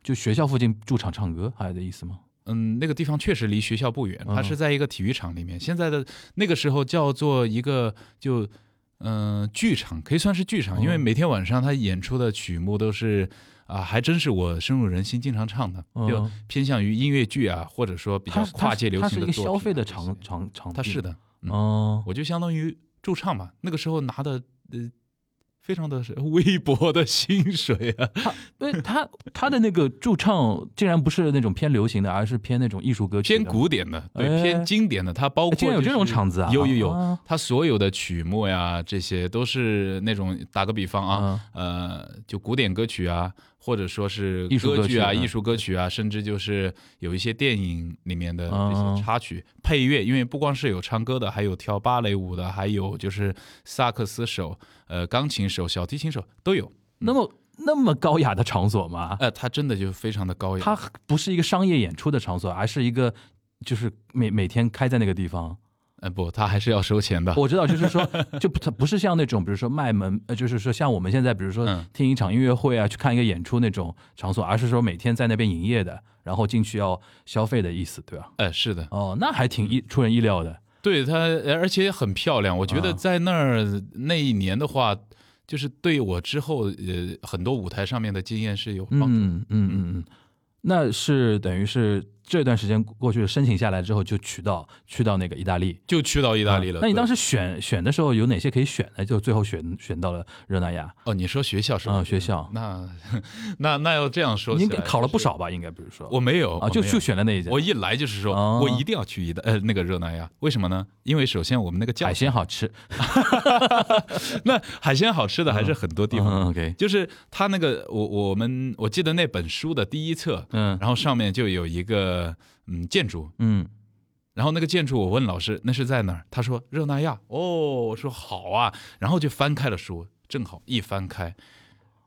Speaker 2: 就学校附近驻场唱歌，还有的意思吗？
Speaker 1: 嗯，那个地方确实离学校不远，
Speaker 2: 嗯
Speaker 1: 它是在一个体育场里面。现在的那个时候叫做一个就。嗯、剧场可以算是剧
Speaker 2: 嗯
Speaker 1: 场，因为每天晚上他演出的曲目都是啊，还真是我深入人心，经常唱的，就
Speaker 2: 嗯
Speaker 1: 偏向于音乐剧啊，或者说比较
Speaker 2: 它是它
Speaker 1: 跨
Speaker 2: 是
Speaker 1: 界流
Speaker 2: 它
Speaker 1: 行
Speaker 2: 是一
Speaker 1: 的
Speaker 2: 个
Speaker 1: 作
Speaker 2: 消
Speaker 1: 品
Speaker 2: 费
Speaker 1: 啊
Speaker 2: 的
Speaker 1: 这
Speaker 2: 场
Speaker 1: 些
Speaker 2: 场场地，
Speaker 1: 它是的，嗯
Speaker 2: 哦，
Speaker 1: 我就相当于驻唱吧。那个时候拿的呃，非常的是微薄的薪水啊，
Speaker 2: 因为他他的那个驻唱竟然不是那种偏流行的，而是偏那种艺术歌曲的，
Speaker 1: 偏古典的，对，
Speaker 2: 哎
Speaker 1: 偏经典的。它包括
Speaker 2: 哎竟然有
Speaker 1: 就
Speaker 2: 这种
Speaker 1: 是
Speaker 2: 场子啊
Speaker 1: 有有有
Speaker 2: 啊，
Speaker 1: 它所有的曲目呀，这些都是那种打个比方啊，呃，就古典歌曲啊，或者说是
Speaker 2: 嗯艺术歌
Speaker 1: 歌剧啊、
Speaker 2: 曲嗯
Speaker 1: 艺术歌曲啊，甚至就是有一些电影里面的这
Speaker 2: 嗯
Speaker 1: 些插曲配乐，因为不光是有唱歌的，还有跳芭蕾舞的，还有就是萨克斯手、呃钢琴手、小提琴手都有。
Speaker 2: 那么那么高雅的场所吗？
Speaker 1: 呃，它真的就非常的高雅。
Speaker 2: 它不是一个商业演出的场所，而是一个就是每每天开在那个地方。
Speaker 1: 呃不，它还是要收钱的。
Speaker 2: 我知道，就是说， 就不它不是像那种，比如说卖门，呃，就是说像我们现在，比如说
Speaker 1: 嗯
Speaker 2: 听一场音乐会啊，去看一个演出那种场所，而是说每天在那边营业的，然后进去要消费的意思，对吧？
Speaker 1: 呃，是的。
Speaker 2: 哦，那还挺意出人意料的。
Speaker 1: 对它，呃而且很漂亮。我觉得
Speaker 2: 啊
Speaker 1: 在那儿那一年的话，就是对我之后呃很多舞台上面的经验是有帮助。
Speaker 2: 嗯嗯嗯嗯，那是等于是这段时间过去申请下来之后，就去到去到那个意大利，
Speaker 1: 就去到意大利了。
Speaker 2: 啊那你
Speaker 1: 对
Speaker 2: 当时选选的时候有哪些可以选呢？就最后选选到了热那亚
Speaker 1: 哦，你说学校是吧？
Speaker 2: 啊，学校，
Speaker 1: 那那那要这样说，
Speaker 2: 你应该考了不。少吧？应该比如说
Speaker 1: 我没有
Speaker 2: 啊，就
Speaker 1: 我没有
Speaker 2: 就选了那一家
Speaker 1: 我，一来就是说，
Speaker 2: 哦
Speaker 1: 我一定要去意大呃那个热那亚，为什么呢？因为首先我们那个教
Speaker 2: 海鲜好吃。
Speaker 1: 那海鲜好吃的还是很多地方，
Speaker 2: 嗯，OK，
Speaker 1: 就是它那个我我们我记得那本书的第一册，
Speaker 2: 嗯
Speaker 1: 然后上面就有一个嗯建筑，
Speaker 2: 嗯
Speaker 1: 然后那个建筑，我问老师那是在哪儿，他说热那亚。哦，我说好啊，然后就翻开了书，正好一翻开，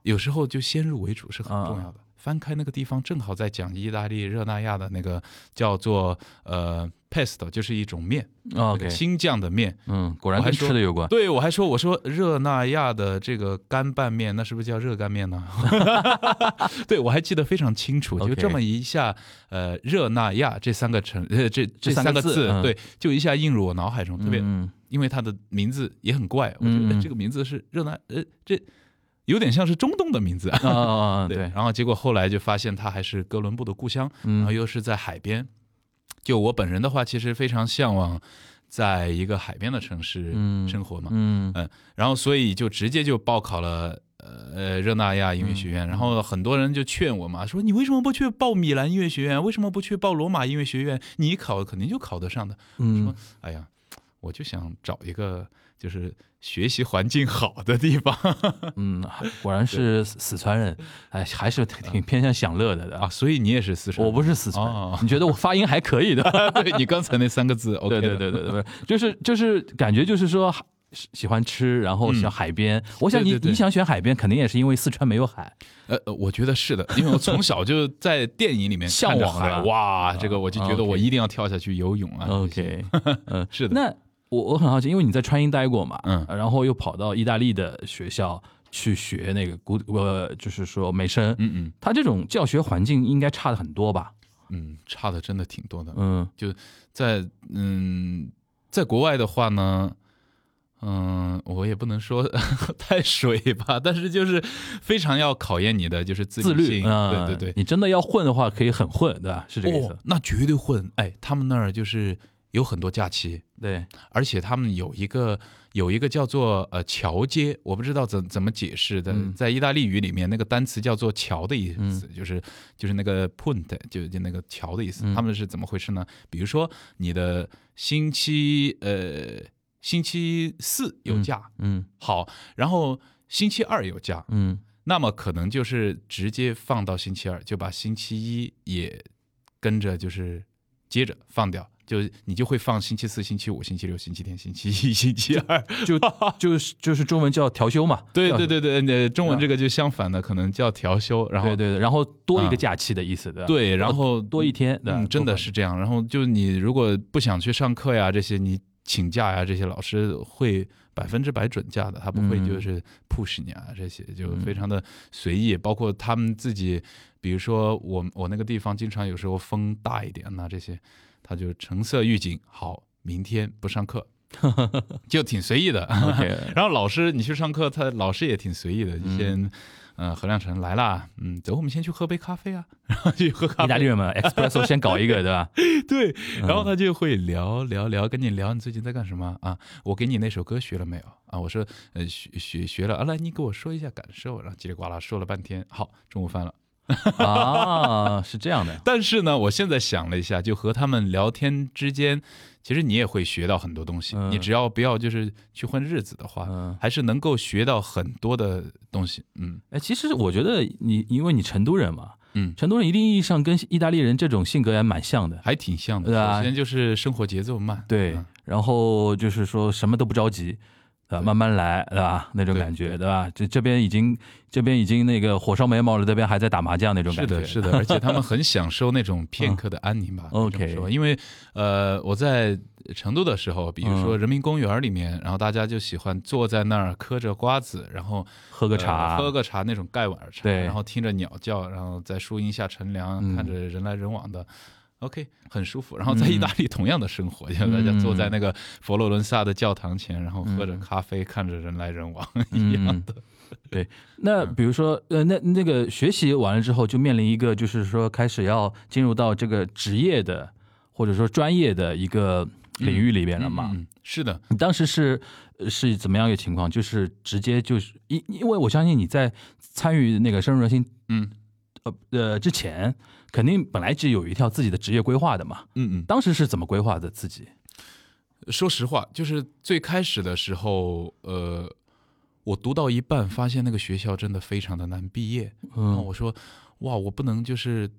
Speaker 1: 有时候就先入为主是很重要的。翻开那个地方，正好在讲意大利热那亚的那个叫做呃 pesto，就是一种面，那
Speaker 2: ，OK，
Speaker 1: 个新酱的面。
Speaker 2: 嗯，果然
Speaker 1: 我还
Speaker 2: 跟
Speaker 1: 说
Speaker 2: 吃的有关。
Speaker 1: 对我还说，我说热那亚的这个干拌面，那是不是叫热干面 呢？对我还记得非常清楚，就
Speaker 2: OK
Speaker 1: 这么一下，呃，热那亚这三个城，呃，这这
Speaker 2: 三
Speaker 1: 三
Speaker 2: 个
Speaker 1: 个
Speaker 2: 字
Speaker 1: 字，
Speaker 2: 嗯
Speaker 1: 对，就一下映入我脑海中，特别，
Speaker 2: 嗯，
Speaker 1: 因为它的名字也很怪，我觉
Speaker 2: 嗯
Speaker 1: 得
Speaker 2: 嗯
Speaker 1: 哎这个名字是热那，呃，这有点像是中东的名字啊。
Speaker 2: 啊啊 啊，对，
Speaker 1: 然后结果后来就发现它还是哥伦布的故乡，然后
Speaker 2: 嗯
Speaker 1: 又是在海边。就我本人的话，其实非常向往在一个海边的城市
Speaker 2: 嗯
Speaker 1: 生活嘛，
Speaker 2: 嗯
Speaker 1: 然后所以就直接就报考了。呃呃，热那亚音乐学院，
Speaker 2: 嗯
Speaker 1: 然后很多人就劝我嘛，说你为什么不去报米兰音乐学院？为什么不去报罗马音乐学院？你一考肯定就考得上的。
Speaker 2: 嗯
Speaker 1: 说，哎呀，我就想找一个就是学习环境好的地 方
Speaker 2: 嗯，果然是四四川人，哎，还是挺挺偏向享乐的的
Speaker 1: 啊，。所以你嗯 也是四川，
Speaker 2: 我不是四川
Speaker 1: 哦，
Speaker 2: 你觉得我发音还可以的？
Speaker 1: 对你刚才那三个字，OK，
Speaker 2: 对
Speaker 1: 的
Speaker 2: 对对对对，不是就是就是感觉就是说喜喜欢吃，然后想海边。我想
Speaker 1: 嗯
Speaker 2: 你
Speaker 1: 对对对
Speaker 2: 你想选海边，肯定也是因为四川没有海。
Speaker 1: 呃，呃我觉得是的，因为我从小就在电影里面
Speaker 2: 向
Speaker 1: 看着
Speaker 2: 往
Speaker 1: 海
Speaker 2: 啊
Speaker 1: 哇，这个我就觉得
Speaker 2: OK
Speaker 1: 我一定要跳下去游泳啊。这些
Speaker 2: OK，嗯，
Speaker 1: 是的
Speaker 2: 那我我很好奇，因为你在川音待过嘛，
Speaker 1: 嗯
Speaker 2: 然后又跑到意大利的学校去学那个古呃，就是说美声，
Speaker 1: 嗯嗯
Speaker 2: 他这种教学环境应该差的很多吧？
Speaker 1: 嗯，差的真的挺多的。
Speaker 2: 嗯
Speaker 1: 在嗯，在国外的话呢，嗯，我也不能说 太水吧，但是就是非常要考验你的就是自
Speaker 2: 自律
Speaker 1: 性，
Speaker 2: 嗯
Speaker 1: 对对
Speaker 2: 你真的要混的话，可以很混，对吧？是这个
Speaker 1: 对，
Speaker 2: 意思
Speaker 1: 哦，，那绝对混。哎，他们那儿就是有很多假期，
Speaker 2: 对，
Speaker 1: 而且他们有一个有一个叫做呃桥街，我不知道怎怎么解释的，
Speaker 2: 嗯
Speaker 1: 在意大利语里面那个单词叫做桥的意思，就是就是那个 punt，就就那个桥的意思。
Speaker 2: 嗯
Speaker 1: 他们是怎么回事呢？比如说你的星期呃星期四有假，
Speaker 2: 嗯
Speaker 1: 好，然后星期二有假，
Speaker 2: 嗯
Speaker 1: 那么可能就是直接放到星期二，就把星期一也跟着就是接着放掉，就你就会放星期四、星期五、星期六、星期天、星期一、星期二。
Speaker 2: 就就是就是中文叫调休嘛，
Speaker 1: 对
Speaker 2: 叫
Speaker 1: 对对对，呃，中文
Speaker 2: 对啊
Speaker 1: 这个就相反的，可能叫调休，然后
Speaker 2: 对对对，然后多一个
Speaker 1: 嗯
Speaker 2: 假期的意思，对吧？
Speaker 1: 对，呃然后
Speaker 2: 多一天，对吧
Speaker 1: 嗯，真的是这样。然后就你如果不想去上课呀，这些你请假呀，这些老师会百分之百准假的，他不会就是 push 你啊这些，就非常的随意。包括他们自己，比如说我我那个地方经常有时候风大一点那这些，他就橙色预警，好，明天不上 课，就挺随意 的。
Speaker 2: OK，
Speaker 1: 然后老师你去上课，他老师也挺随意的，就先。嗯，何亮成来啦，嗯，走，我们先去喝杯咖啡啊，然后去喝咖啡
Speaker 2: 意大利，人嘛，espresso 先搞一个，对吧？
Speaker 1: 对，
Speaker 2: 嗯
Speaker 1: 然后他就会聊聊聊，跟你聊你最近在干什么啊？我给你那首歌学了没有啊？我说呃学学学了啊，来你给我说一下感受，然后叽里呱啦说了半天，好，中午饭了。
Speaker 2: 啊，是这样的，
Speaker 1: 但是呢，我现在想了一下，就和他们聊天之间，其实你也会学到很多东西。
Speaker 2: 嗯
Speaker 1: 你只要不要就是去混日子的话，
Speaker 2: 嗯。
Speaker 1: 还是能够学到很多的东西。嗯
Speaker 2: 哎，其实我觉得你，因为你成都人嘛，
Speaker 1: 嗯，
Speaker 2: 成都人一定意义上跟意大利人这种性格还蛮像的，
Speaker 1: 还挺像的。
Speaker 2: 对啊
Speaker 1: 首先就是生活节奏慢，
Speaker 2: 对
Speaker 1: 嗯。
Speaker 2: 然后就是说什么都不着急，啊，慢慢来，对吧？那种
Speaker 1: 对
Speaker 2: 感觉，
Speaker 1: 对
Speaker 2: 对吧？这这边已经这边已经那个火烧眉毛了，这边还在打麻将那种
Speaker 1: 是
Speaker 2: 感觉，
Speaker 1: 的，是的，而且 他们很享受那种片刻的安宁吧。
Speaker 2: 嗯
Speaker 1: 可以这么
Speaker 2: OK
Speaker 1: 说因为呃，我在成都的时候，比如说
Speaker 2: 嗯
Speaker 1: 人民公园里面，然后大家就喜欢坐在那儿嗑着瓜子，然后
Speaker 2: 喝个茶，
Speaker 1: 呃喝个茶那种盖碗茶，
Speaker 2: 对
Speaker 1: 然后听着鸟叫，然后在树荫下乘凉，
Speaker 2: 嗯
Speaker 1: 看着人来人往的。OK，很舒服。然后在意大利同样的生活，就大家坐在那
Speaker 2: 嗯
Speaker 1: 个佛罗伦萨的教堂前，然后喝着咖啡，看着人来人往一样的。
Speaker 2: 嗯
Speaker 1: 嗯
Speaker 2: 那比如说，呃，那那个学习完了之后，就面临一个就是说开始要进入到这个职业的或者说专业的一个领域里边了嘛？
Speaker 1: 嗯，是的，
Speaker 2: 你当时是呃是怎么样一个情况？就是直接就是因因为我相信你在参与那个深入人心
Speaker 1: 嗯
Speaker 2: 呃呃之前，肯定本来就有一条自己的职业规划的嘛。
Speaker 1: 嗯嗯。
Speaker 2: 当时是怎么规划的自己？
Speaker 1: 说实话，就是最开始的时候，呃，我读到一半，发现那个学校真的非常的难毕业。然后
Speaker 2: 嗯
Speaker 1: 我说，哇，我不能就是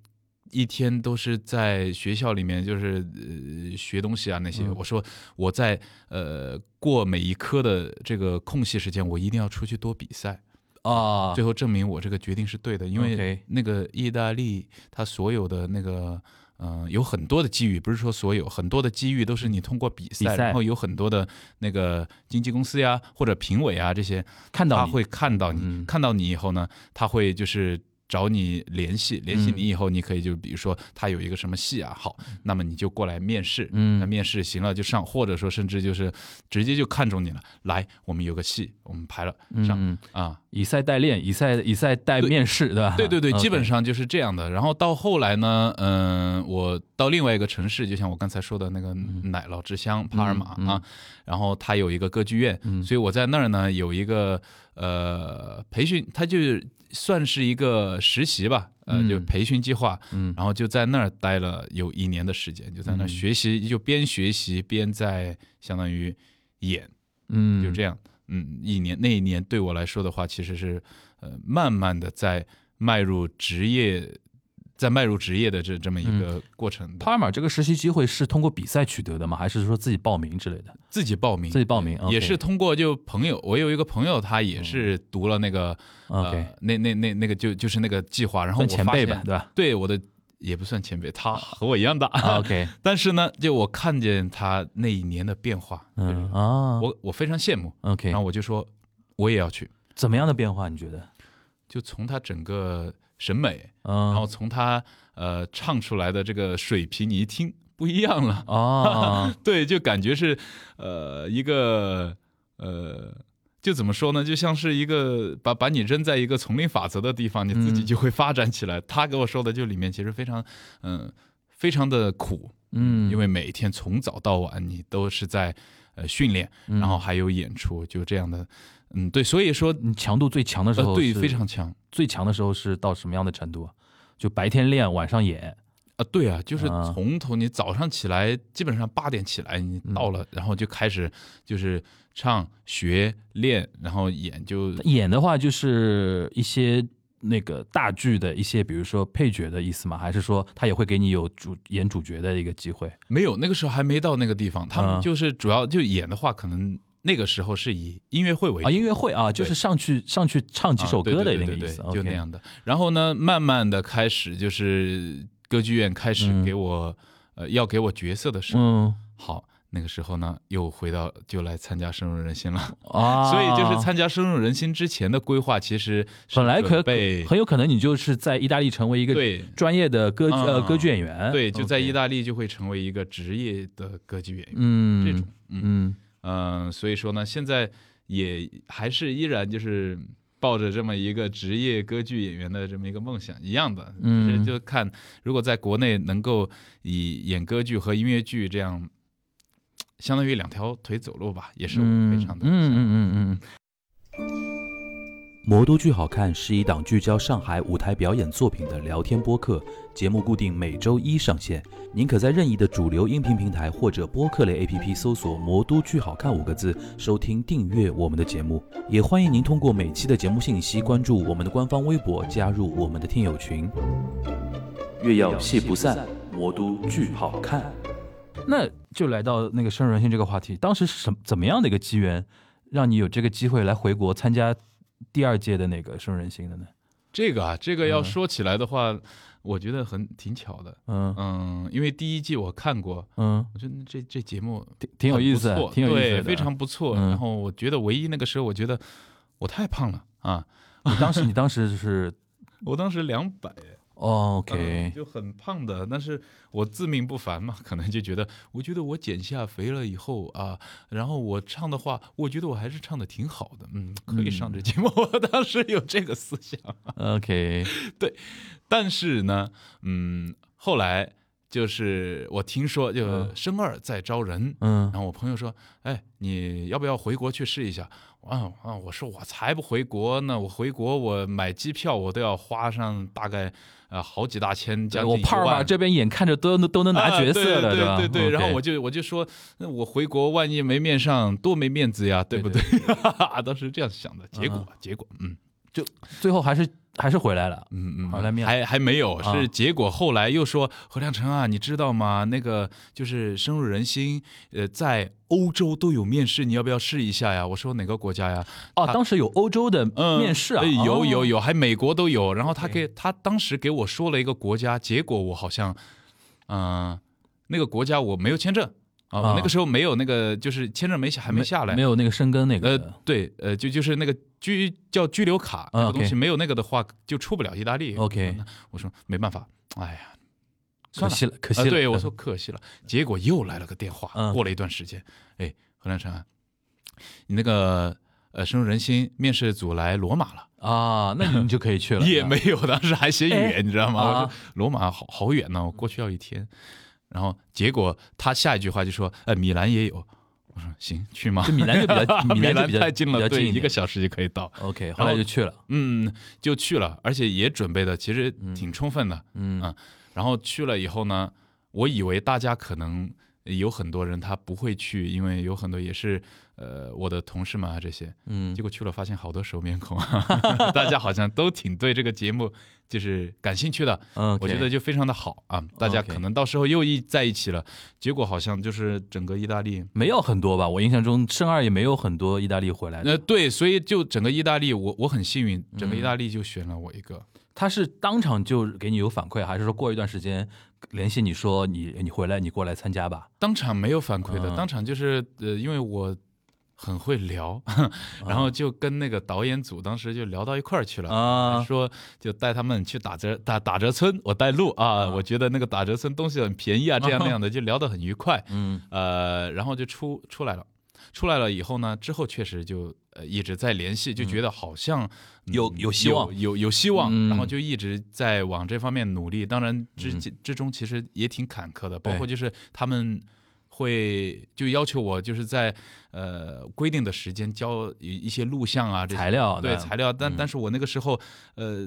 Speaker 1: 一天都是在学校里面就是呃学东西啊那些。
Speaker 2: 嗯
Speaker 1: 我说我在呃过每一科的这个空隙时间，我一定要出去多比赛。
Speaker 2: 啊，
Speaker 1: 最后证明我这个决定是对的，因
Speaker 2: OK
Speaker 1: 为那个意大利它所有的那个。嗯、有很多的机遇，不是说所有，很多的机遇都是你通过比赛，
Speaker 2: 比赛
Speaker 1: 然后有很多的那个经纪公司呀，或者评委啊这些，
Speaker 2: 看
Speaker 1: 他
Speaker 2: 到你
Speaker 1: 会看到你，
Speaker 2: 嗯
Speaker 1: 看到你以后呢，他会就是找你联系，联系
Speaker 2: 嗯
Speaker 1: 你以后，你可以就比如说他有一个什么戏啊，好，那么你就过来面试，那
Speaker 2: 嗯
Speaker 1: 面试行了就上，或者说甚至就是直接就看中你了，来，我们有个戏，我们排了上
Speaker 2: 嗯，
Speaker 1: 啊、
Speaker 2: 以赛代练，以赛以赛代面试，对吧？
Speaker 1: 对对对，
Speaker 2: OK
Speaker 1: 基本上就是这样的。然后到后来呢，嗯、我到另外一个城市，就像我刚才说的那个奶酪之乡帕尔马
Speaker 2: 嗯
Speaker 1: 啊，然后它有一个歌剧院，所以我在那儿呢有一个呃培训，它就是算是一个实习吧，呃，
Speaker 2: 嗯
Speaker 1: 就培训计划，
Speaker 2: 嗯
Speaker 1: 然后就在那儿待了有一年的时间，就在那儿学习，就边学习边在相当于演。
Speaker 2: 嗯
Speaker 1: 就这样，嗯，一年那一年对我来说的话，其实是呃，慢慢的在迈入职业，在迈入职业的这这么
Speaker 2: 嗯
Speaker 1: 一个过程的。
Speaker 2: 帕尔马这个实习机会是通过比赛取得的吗？还是说自己报名之类的？
Speaker 1: 自己报名，
Speaker 2: 自己报名，OK 哦
Speaker 1: 也是通过就朋友，我有一个朋友，他也是读了那个、
Speaker 2: OK
Speaker 1: 呃，那那那那个就就是那个计划，然后我
Speaker 2: 算前辈
Speaker 1: 发
Speaker 2: 吧
Speaker 1: 现，
Speaker 2: 对吧
Speaker 1: 对我的也不算前辈，他和我一样大，
Speaker 2: 啊？OK，
Speaker 1: 但是呢，就我看见他那一年的变化，
Speaker 2: 嗯啊
Speaker 1: 我我非常羡慕，
Speaker 2: ，OK，
Speaker 1: 然后我就说我也要去，
Speaker 2: 怎么样的变化？你觉得？
Speaker 1: 就从他整个审美，
Speaker 2: 嗯，
Speaker 1: 然后从他呃唱出来的这个水平，你一听不一样了，
Speaker 2: 哦，
Speaker 1: 对，就感觉是呃一个呃。就怎么说呢？就像是一个把把你扔在一个丛林法则的地方，你自己
Speaker 2: 嗯
Speaker 1: 就会发展起来。他给我说的就里面其实非常，嗯、非常的苦，
Speaker 2: 嗯，
Speaker 1: 因为每天从早到晚你都是在呃训练，
Speaker 2: 嗯
Speaker 1: 然后还有演出，就这样的，嗯，对，所以说
Speaker 2: 你强度最强的时
Speaker 1: 呃
Speaker 2: 候
Speaker 1: 对
Speaker 2: 是
Speaker 1: 非常强。
Speaker 2: 最强的时候是到什么样的程度啊？就白天练，晚上演，
Speaker 1: 啊，对啊，就是
Speaker 2: 啊
Speaker 1: 从头你早上起来，基本上八点起来，
Speaker 2: 嗯
Speaker 1: 你到了，然后就开始就是唱、学、练，然后演就
Speaker 2: 演的话就是一些那个大剧的一些，比如说配角的意思吗？还是说他也会给你有主演主角的一个机会？
Speaker 1: 没有那个时候还没到那个地方，他
Speaker 2: 啊
Speaker 1: 们就是主要就演的话，可能那个时候是以音乐会为
Speaker 2: 啊，
Speaker 1: 主
Speaker 2: 音乐会啊，就是上去上去唱几
Speaker 1: 啊
Speaker 2: 首
Speaker 1: 对
Speaker 2: 歌的
Speaker 1: 对对
Speaker 2: 那个
Speaker 1: 对
Speaker 2: 意
Speaker 1: 对
Speaker 2: 思，
Speaker 1: 就那。样的。然后呢，慢慢的开始就是歌剧院开始
Speaker 2: 嗯
Speaker 1: 给我呃要给我角色的时候，
Speaker 2: 嗯
Speaker 1: 好，那个时候呢，又回到就来参加深入人心了。
Speaker 2: 啊，
Speaker 1: 所以就是参加深入人心之前的规划，其实是
Speaker 2: 本来可
Speaker 1: 准备
Speaker 2: 很有可能你就是在意大利成为一个
Speaker 1: 对
Speaker 2: 专业的歌剧呃
Speaker 1: 嗯
Speaker 2: 歌剧演员，
Speaker 1: 对，就在
Speaker 2: OK
Speaker 1: 意大利就会成为一个职业的歌剧演员、
Speaker 2: 嗯
Speaker 1: 这种。嗯
Speaker 2: 嗯
Speaker 1: 嗯，所以说呢，现在也还是依然就是抱着这么一个职业歌剧演员的这么一个梦想一样的，就是
Speaker 2: 嗯
Speaker 1: 就看如果在国内能够以演歌剧和音乐剧这样，相当于两条腿走路吧，也是我非常的
Speaker 2: 嗯
Speaker 1: 想
Speaker 2: 嗯嗯嗯
Speaker 3: 《魔都剧好看》是一档聚焦上海舞台表演作品的聊天播客，节目固定每周一上线。您可在任意的主流音频平台或者播客类 APP 搜索“魔都剧好看”五个字，收听订阅我们的节目。也欢迎您通过每期的节目信息关注我们的官方微博，加入我们的听友群。月要戏不散，魔都剧好看。
Speaker 2: 嗯，那
Speaker 4: 就来到那个深入人心这个话题，当时是什么怎么样的一个机缘，让你有这个机会来回国参加第二届的那个深入人心的呢？
Speaker 1: 这个啊，这个要
Speaker 2: 嗯
Speaker 1: 说起来的话，我觉得很挺巧的。
Speaker 2: 嗯
Speaker 1: 嗯，因为第一季我看过，
Speaker 2: 嗯，
Speaker 1: 我觉得这这节目
Speaker 2: 挺挺有
Speaker 1: 呃很
Speaker 2: 意
Speaker 1: 不
Speaker 2: 思啊
Speaker 1: 错，
Speaker 2: 挺有意思
Speaker 1: 对
Speaker 2: 的，
Speaker 1: 非常不错。
Speaker 2: 嗯
Speaker 1: 然后我觉得唯一那个时候，我觉得我太胖了啊，
Speaker 2: 你当时你当时就是哦
Speaker 1: 我当时两百啊
Speaker 2: OK，
Speaker 1: 就很胖的，但是我自命不凡嘛，可能就觉得，我觉得我减下肥了以后啊，然后我唱的话，我觉得我还是唱的挺好的，嗯，可以上这节目。 我当时有这个思想，
Speaker 2: OK，
Speaker 1: 但是呢，嗯，后来就是我听说，就
Speaker 2: 嗯
Speaker 1: 生二在招人，
Speaker 2: 嗯
Speaker 1: 然后我朋友说：“哎，你要不要回国去试一下？”啊啊！我说我才不回国呢！我回国我买机票我都要花上大概呃好几大千，将近
Speaker 2: 我
Speaker 1: 一
Speaker 2: 帕尔马
Speaker 1: 万
Speaker 2: 这边眼看着都能都能拿角色了，
Speaker 1: 啊对
Speaker 2: 吧？
Speaker 1: 对对对
Speaker 2: OK
Speaker 1: 然后我就我就说，那我回国万一没面上，多没面子呀，对不对？ 当时这样想的，结果结果嗯
Speaker 2: 最后还是还是回来了，
Speaker 1: 嗯嗯，
Speaker 2: 好来面
Speaker 1: 还还没有，
Speaker 2: 啊
Speaker 1: 是结果后来又说何亮成啊，你知道吗？那个就是深入人心，呃，在欧洲都有面试，你要不要试一下呀？我说哪个国家呀？
Speaker 2: 哦，
Speaker 1: 他
Speaker 2: 当时有欧洲的
Speaker 1: 嗯，
Speaker 2: 面试啊，
Speaker 1: 呃有
Speaker 2: 哦
Speaker 1: 有有，还美国都有。然后他给他当时给我说了一个国家，结果我好像，嗯、那个国家我没有签证啊，我
Speaker 2: 啊
Speaker 1: 那个时候没有那个就是签证没下还没下来，
Speaker 2: 没有那个生根那个
Speaker 1: 呃
Speaker 2: 的，，
Speaker 1: 对，呃，就就是那个居叫居留卡那
Speaker 2: 嗯
Speaker 1: 个东西，
Speaker 2: ，OK
Speaker 1: 没有那个的话就出不了意大利。嗯
Speaker 2: OK
Speaker 1: 那我说没办法，哎呀，
Speaker 2: 可
Speaker 1: 算了
Speaker 2: 惜了，可惜
Speaker 1: 啊，
Speaker 2: 了。
Speaker 1: 对我说可惜了。结果又来了个电话，
Speaker 2: 嗯
Speaker 1: 过了一段时间，哎，何亮成啊，你那个呃深入人心面试组来罗马了。
Speaker 2: 啊，那你就可以去 了，
Speaker 1: 也没有，当时还嫌
Speaker 2: 哎
Speaker 1: 远，你知道吗？
Speaker 2: 啊
Speaker 1: 我说罗马好好远呢，我过去要一天。然后结果他下一句话就说：“呃，米兰也有。”我说：“行，去吗？”
Speaker 2: 就米兰就比 较米
Speaker 1: 米
Speaker 2: 兰就
Speaker 1: 兰
Speaker 2: 比较
Speaker 1: 太近
Speaker 2: 比
Speaker 1: 了，
Speaker 2: 较近
Speaker 1: 对，
Speaker 2: 一
Speaker 1: 一
Speaker 2: 点
Speaker 1: 个小时就可以到。
Speaker 2: OK，
Speaker 1: 后
Speaker 2: 后来就去了，
Speaker 1: 嗯，就去了，而且也准备的其实挺充分的。
Speaker 2: 嗯
Speaker 1: 啊然后去了以后呢，我以为大家可能有很多人他不会去，因为有很多也是呃我的同事们啊这些，
Speaker 2: 嗯
Speaker 1: 结果去了发现好多熟面孔 啊，大家好像都挺对这个节目就是感兴趣的，
Speaker 2: 嗯，
Speaker 1: 我觉得就非常的好啊，大家
Speaker 2: OK
Speaker 1: 可能到时候又一在一起了，结果好像就是整个意大利。
Speaker 2: 没有很多吧，我印象中圣二也没有很多意大利回来的，
Speaker 1: 呃，对，所以就整个意大利，我我很幸运，
Speaker 2: 嗯
Speaker 1: 整个意大利就选了我一个。
Speaker 2: 他是当场就给你有反馈，还是说过一段时间联系你说你你回来你过来参加吧？
Speaker 1: 当场没有反馈的，
Speaker 2: 嗯
Speaker 1: 当场就是呃，因为我很会聊， 然后就跟那个导演组当时就聊到一块儿去了。
Speaker 2: 啊，
Speaker 1: 说就带他们去打折打打折村，我带路啊！我觉得那个打折村东西很便宜啊，这样那样的，就聊得很愉快。
Speaker 2: 嗯
Speaker 1: 呃，然后就出出来了，出来了以后呢，之后确实就呃一直在联系，就觉得好像、嗯
Speaker 2: 有有希望
Speaker 1: 有有有希望，
Speaker 2: 嗯
Speaker 1: 然后就一直在往这方面努力。当然之之中其实也挺坎坷的，包括就是他们。会就要求我就是在呃规定的时间交一一些录像啊这些
Speaker 2: 材料
Speaker 1: 对
Speaker 2: 那
Speaker 1: 材料，
Speaker 2: 嗯
Speaker 1: 但但是我那个时候呃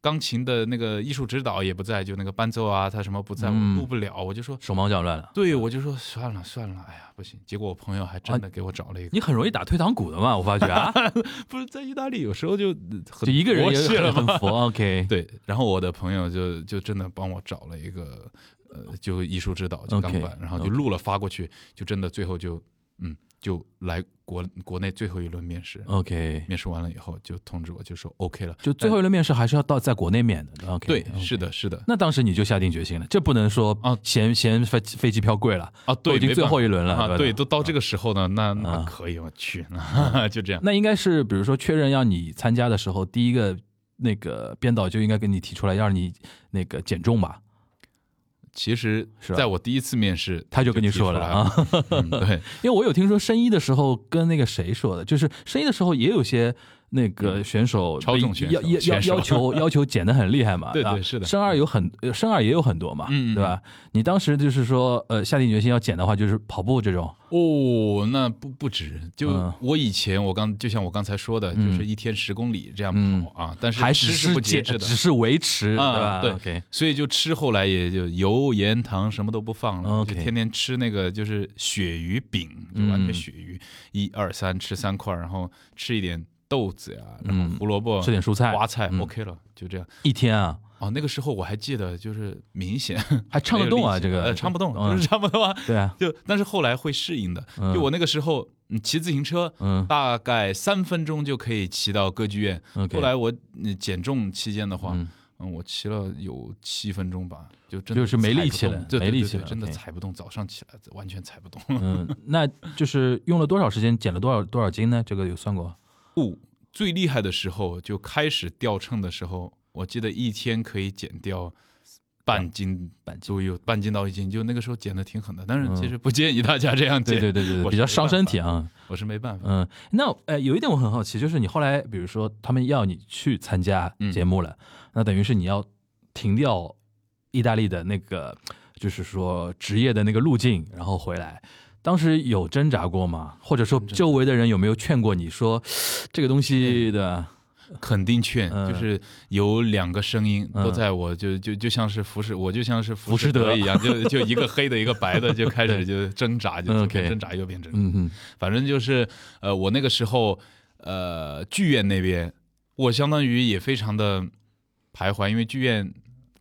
Speaker 1: 钢琴的那个艺术指导也不在，就那个伴奏啊他什么不在，
Speaker 2: 嗯
Speaker 1: 我录不了，我就说
Speaker 2: 手忙 脚乱了。啊
Speaker 1: 对，我就说算了算了，哎呀，不行。结果我朋友还真的给我找了一个，
Speaker 2: 你很容易打退堂鼓的嘛，我发觉啊，
Speaker 1: 不是在意大利有时候就呃很
Speaker 2: 就一个人
Speaker 1: 佛
Speaker 2: 也
Speaker 1: 系 了
Speaker 2: 很
Speaker 1: 嘛。
Speaker 2: 很佛。OK，
Speaker 1: 对，然后我的朋友就就真的帮我找了一个，呃，就艺术指导，就钢
Speaker 2: OK，
Speaker 1: 管，然后就录了发过去，就真的最后就嗯就来国国内最后一轮面试。
Speaker 2: OK，
Speaker 1: 面试完了以后就通知我，就说 OK 了。
Speaker 2: 就最后一轮面试还是要到在国内面的。OK，
Speaker 1: 对
Speaker 2: OK
Speaker 1: 是的，是的。
Speaker 2: 那当时你就下定决心了，这不能说
Speaker 1: 啊
Speaker 2: 嫌嫌飞飞机票贵了，
Speaker 1: 啊，对，
Speaker 2: 都已经
Speaker 1: 没
Speaker 2: 最
Speaker 1: 办
Speaker 2: 后一轮了，
Speaker 1: 啊，
Speaker 2: 对
Speaker 1: 对，
Speaker 2: 吧
Speaker 1: 都到这个时候呢，那那
Speaker 2: 啊嗯
Speaker 1: 可以，我去，那 就这样。
Speaker 2: 那应该是比如说确认要你参加的时候，第一个那个编导就应该给你提出来让你那个减重吧，
Speaker 1: 其实，
Speaker 2: 是吧
Speaker 1: 在我第一次面试，
Speaker 2: 他就跟你
Speaker 1: 提出
Speaker 2: 说了
Speaker 1: 来
Speaker 2: 啊。
Speaker 1: 嗯对，
Speaker 2: 因为我有听说申一的时候跟那个谁说的，就是申一的时候也有些那个选手
Speaker 1: 嗯超重选手
Speaker 2: 要要要
Speaker 1: 选手
Speaker 2: 要求要求减的很厉害嘛，
Speaker 1: 对对
Speaker 2: 啊
Speaker 1: 是的
Speaker 2: 申二有很呃申二也有很多嘛，
Speaker 1: 嗯嗯嗯
Speaker 2: 对吧？你当时就是说呃下定决心要减的话，就是跑步这种，
Speaker 1: 哦，那不不止，就
Speaker 2: 嗯
Speaker 1: 我以前我刚就像我刚才说的，
Speaker 2: 嗯
Speaker 1: 就是一天十公里这样
Speaker 2: 嗯
Speaker 1: 跑啊，但是
Speaker 2: 还
Speaker 1: 吃
Speaker 2: 只
Speaker 1: 是
Speaker 2: 是
Speaker 1: 不节
Speaker 2: 减，
Speaker 1: 制的
Speaker 2: 只，是维持，
Speaker 1: 啊对
Speaker 2: 对吧？OK，
Speaker 1: 所以就吃后来也就油盐糖什么都不放了，
Speaker 2: OK 嗯
Speaker 1: 就天天吃那个就是鳕鱼饼，就完全鳕鱼，一二三吃三块，然后吃一点豆子呀，然后胡萝卜，
Speaker 2: 嗯吃点蔬菜
Speaker 1: 花菜
Speaker 2: 嗯
Speaker 1: ，OK 了，就这样。
Speaker 2: 一天啊，
Speaker 1: 哦，那个时候我还记得，就是明显
Speaker 2: 还 唱得动啊
Speaker 1: 没有力气
Speaker 2: 这个
Speaker 1: 呃，唱不动，
Speaker 2: 嗯
Speaker 1: 就是唱不动啊。
Speaker 2: 对啊，
Speaker 1: 就但是后来会适应的。
Speaker 2: 嗯
Speaker 1: 就我那个时候，嗯，骑自行车，
Speaker 2: 嗯
Speaker 1: 大概三分钟就可以骑到歌剧院。
Speaker 2: ，OK，
Speaker 1: 后来我嗯减重期间的话，
Speaker 2: 嗯
Speaker 1: 嗯，我骑了有七分钟吧，就真的
Speaker 2: 就是没
Speaker 1: 踩不
Speaker 2: 力气
Speaker 1: 动
Speaker 2: 了
Speaker 1: 对对
Speaker 2: 没力
Speaker 1: 对
Speaker 2: 气
Speaker 1: 对
Speaker 2: 了
Speaker 1: 真的
Speaker 2: OK
Speaker 1: 踩不动。早上起来完全踩不动。
Speaker 2: 嗯，那就是用了多少时间减了多少多少斤呢？这个有算过？
Speaker 1: 不，最厉害的时候就开始掉秤的时候，我记得一天可以减掉。半斤
Speaker 2: 半
Speaker 1: 左右，半斤到一斤，就那个时候减的挺狠的，但
Speaker 2: 嗯
Speaker 1: 是其实不建议大家这样减，
Speaker 2: 对对对对对，
Speaker 1: 我
Speaker 2: 比
Speaker 1: 是
Speaker 2: 较
Speaker 1: 没
Speaker 2: 伤身
Speaker 1: 办法
Speaker 2: 体啊。
Speaker 1: 我是没办法。
Speaker 2: 嗯，那呃，有一点我很好奇，就是你后来，比如说他们要你去参加
Speaker 1: 嗯
Speaker 2: 节目了，那等于是你要停掉意大利的那个，就是说职业的那个路径，然后回来。当时有挣扎过吗？或者说周围的人有没有劝过你说这个东西的？
Speaker 1: 肯定劝，
Speaker 2: 嗯
Speaker 1: 就是有两个声音
Speaker 2: 嗯
Speaker 1: 都在我，就就就像是浮士，我就像是浮
Speaker 2: 士
Speaker 1: 士
Speaker 2: 德
Speaker 1: 德一样，就就一个黑的，一个白的，就开 始就挣扎，就左边
Speaker 2: 嗯 OK
Speaker 1: 挣扎右边挣扎。
Speaker 2: 嗯嗯
Speaker 1: 反正就是呃，我那个时候呃，剧院那边我相当于也非常的徘徊，因为剧院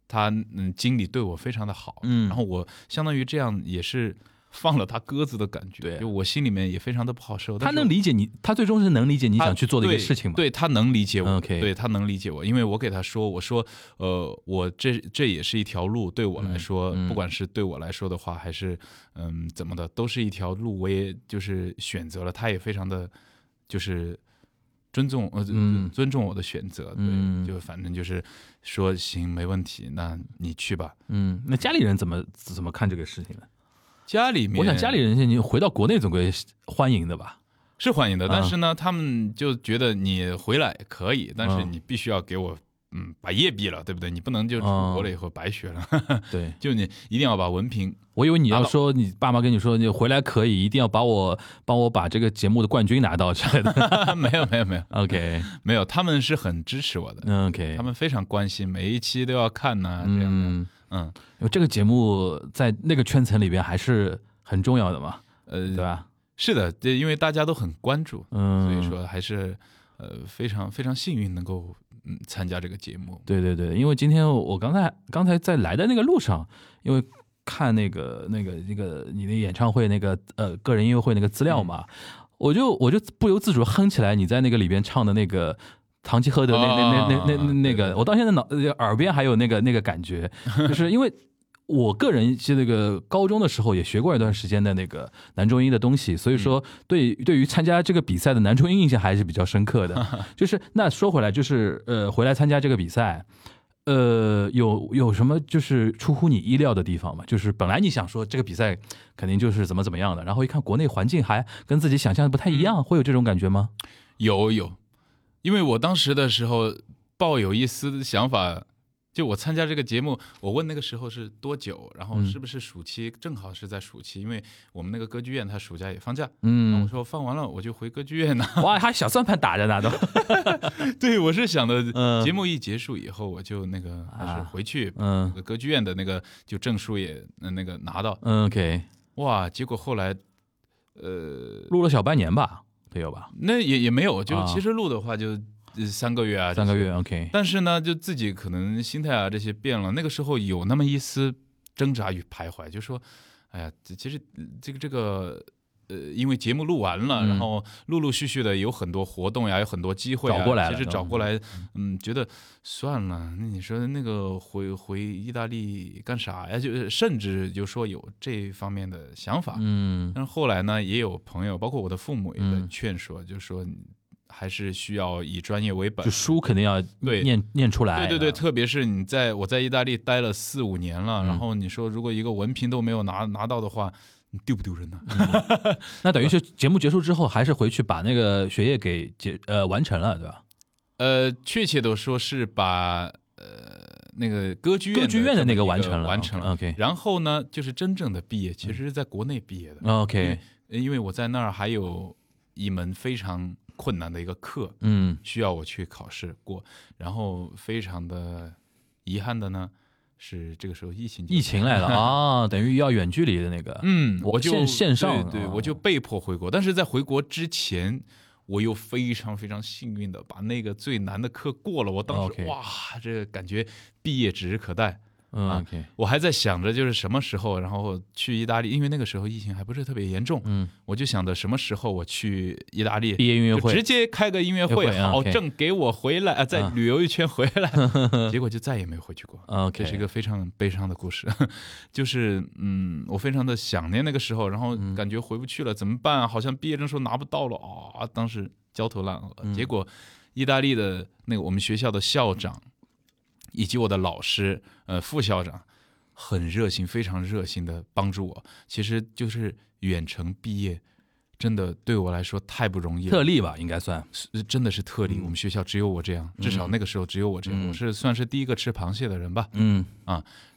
Speaker 1: 他嗯经理对我非常的好，
Speaker 2: 嗯
Speaker 1: 然后我相当于这样也是放了他鸽子的感觉，
Speaker 2: 对
Speaker 1: 就我心里面也非常的不好受。
Speaker 2: 他
Speaker 1: 但是
Speaker 2: 能理解你，他最终是能理解你
Speaker 1: 他
Speaker 2: 想去做的一个
Speaker 1: 对
Speaker 2: 事情吗？
Speaker 1: 对他能理解我
Speaker 2: OK
Speaker 1: 对他能理解我，因为我给他说，我说，呃，我这这也是一条路，对我来说，
Speaker 2: 嗯嗯
Speaker 1: 不管是对我来说的话，还是嗯怎么的，都是一条路，我也就是选择了，他也非常的就是。尊重呃，
Speaker 2: 嗯
Speaker 1: 尊重我的选择，对，
Speaker 2: 嗯
Speaker 1: 就反正就是说行，没问题，那你去吧。
Speaker 2: 嗯，那家里人怎么怎么看这个事情呢？
Speaker 1: 家里面，
Speaker 2: 我想家里人现在你回到国内总归是欢迎的吧？
Speaker 1: 是欢迎的，
Speaker 2: 啊
Speaker 1: 但是呢，他们就觉得你回来可以，但是
Speaker 2: 嗯
Speaker 1: 你必须要给我，嗯，把业毕了，对不对？你不能就出国了以后白学了，
Speaker 2: 嗯对，
Speaker 1: 就你一定要把文凭，
Speaker 2: 我以为你要
Speaker 1: 拿到
Speaker 2: 说你爸妈跟你说你回来可以，一定要把我帮我把这个节目的冠军拿到之类的。
Speaker 1: 没有没有没有
Speaker 2: OK 嗯
Speaker 1: 没有，他们是很支持我的，
Speaker 2: OK，
Speaker 1: 他们非常关心，每一期都要看呐、这样的，
Speaker 2: 嗯，
Speaker 1: 嗯，
Speaker 2: 因为这个节目在那个圈层里边还是很重要的嘛，对
Speaker 1: 呃，
Speaker 2: 吧？
Speaker 1: 是的，这因为大家都很关注，
Speaker 2: 嗯，
Speaker 1: 所以说还是呃非常非常幸运能够嗯参加这个节目，
Speaker 2: 对对对，因为今天我刚才刚才在来的那个路上，因为看那个那个那个你的演唱会那个呃个人音乐会那个
Speaker 1: 嗯
Speaker 2: 资料嘛，我就我就不由自主哼起来你在那个里边唱的那个。堂吉诃德那那那那那那那
Speaker 1: 啊对对
Speaker 2: 个，
Speaker 1: 对
Speaker 2: 我到现在脑呃耳边还有那个那个 感觉，就是因为我个人是那个高中的时候也学过一段时间的那个男中音的东西，所
Speaker 1: 嗯
Speaker 2: 以说对对于参加这个比赛的男中音印象还是比较深刻的。就是那说回来，就是呃回来参加这个比赛，呃有有什么就是出乎你意料的地方吗？就是本来你想说这个比赛肯定就是怎么怎么样的，然后一看国内环境还跟自己想象的不太一
Speaker 1: 嗯
Speaker 2: 样，会有这种感觉 吗？
Speaker 1: 有有，因为我当时的时候抱有一丝想法，就我参加这个节目，我问那个时候是多久，然后
Speaker 2: 嗯
Speaker 1: 是不是暑期，正好是在暑期，因为我们那个歌剧院它暑假也放假，然后我
Speaker 2: 嗯，
Speaker 1: 说放完了我就回歌剧院呢。
Speaker 2: 哇，还小算盘打着呢都，
Speaker 1: 对，我是想
Speaker 2: 嗯
Speaker 1: 的，节目一结束以后我就那个还是
Speaker 2: 啊
Speaker 1: 回去。
Speaker 2: 嗯
Speaker 1: 歌剧院的那个就证书也呃那个拿到
Speaker 2: 嗯，OK，
Speaker 1: 哇，结果后来，呃，
Speaker 2: 录了小半年吧，得有吧，
Speaker 1: 那也也没有，就
Speaker 2: 啊
Speaker 1: 其实录的话就呃三个月啊，
Speaker 2: 三个
Speaker 1: 就是
Speaker 2: 月，OK，
Speaker 1: 但是呢，就自己可能心态啊这些变了，那个时候有那么一丝挣扎与徘徊，就说，哎呀，这其实嗯这个这个呃，因为节目录完了，
Speaker 2: 嗯
Speaker 1: 然后陆陆续续的有很多活动呀，有很多机会啊，
Speaker 2: 找过来了
Speaker 1: 其实
Speaker 2: 都
Speaker 1: 找过来，嗯，觉得算了，那你说那个回回意大利干啥呀？就是甚至就说有这方面的想法，
Speaker 2: 嗯
Speaker 1: 但是后来呢，也有朋友，包括我的父母也在
Speaker 2: 嗯
Speaker 1: 劝说，就说你还是需要以专业为本
Speaker 2: 就。书肯定要
Speaker 1: 对
Speaker 2: 念念出来，
Speaker 1: 对对对，特别是你在我在意大利待了四五年了，然后你说如果一个文凭都没有拿拿到的话，你丢不丢人呢？
Speaker 2: 那等于是节目结束之后，还是回去把那个学业给结呃完成了，对吧？
Speaker 1: 呃，确切的说是把呃那个歌剧院
Speaker 2: 歌剧院
Speaker 1: 的
Speaker 2: 的
Speaker 1: 这么
Speaker 2: 那
Speaker 1: 一
Speaker 2: 个
Speaker 1: 个
Speaker 2: 完成了
Speaker 1: 完成了。嗯
Speaker 2: OK
Speaker 1: 然后呢，就是真正的毕业，其实是在国内毕业的，
Speaker 2: OK，
Speaker 1: 因为我在那儿还有一门非常困难的一个课
Speaker 2: 嗯
Speaker 1: 需要我去考试过，然后非常的遗憾的呢是这个时候疫情就
Speaker 2: 疫 情来了啊，等于要远距离的那个，
Speaker 1: 嗯，
Speaker 2: 我
Speaker 1: 我就
Speaker 2: 线线上
Speaker 1: 对，对
Speaker 2: 啊
Speaker 1: 我就被迫回国。但是在回国之前，我又非常非常幸运的把那个最难的课过了。我当时
Speaker 2: OK
Speaker 1: 哇，这个感觉毕业指日可待。
Speaker 2: 嗯
Speaker 1: 啊
Speaker 2: OK，
Speaker 1: 我还在想着就是什么时候，然后去意大利，因为那个时候疫情还不是特别严重，
Speaker 2: 嗯，
Speaker 1: 我就想着什么时候我去意大利。
Speaker 2: 毕业音乐
Speaker 1: 就直
Speaker 2: 会，
Speaker 1: 接开个音乐会，
Speaker 2: 约会啊
Speaker 1: 好
Speaker 2: OK
Speaker 1: 挣给我回来啊，再
Speaker 2: 啊
Speaker 1: 旅游一圈回 来，结果就再也没回去过。
Speaker 2: OK，
Speaker 1: 这是一个非常悲伤的故事， 就是嗯，我非常的想念那个时候，然后感觉回不去了，怎么办啊、好像毕业证书拿不到了啊、当时焦头烂额。结果，意大利的那个我们学校的校长，以及我的老师，呃，副校长，很热心，非常热心的帮助我。其实就是远程毕业，真的对我来说太不容易了，
Speaker 2: 特例吧，应该算。
Speaker 1: 是真的是特例。我们学校只有我这样，至少那个时候只有我这样，我是算是第一个吃螃蟹的人吧。
Speaker 2: 嗯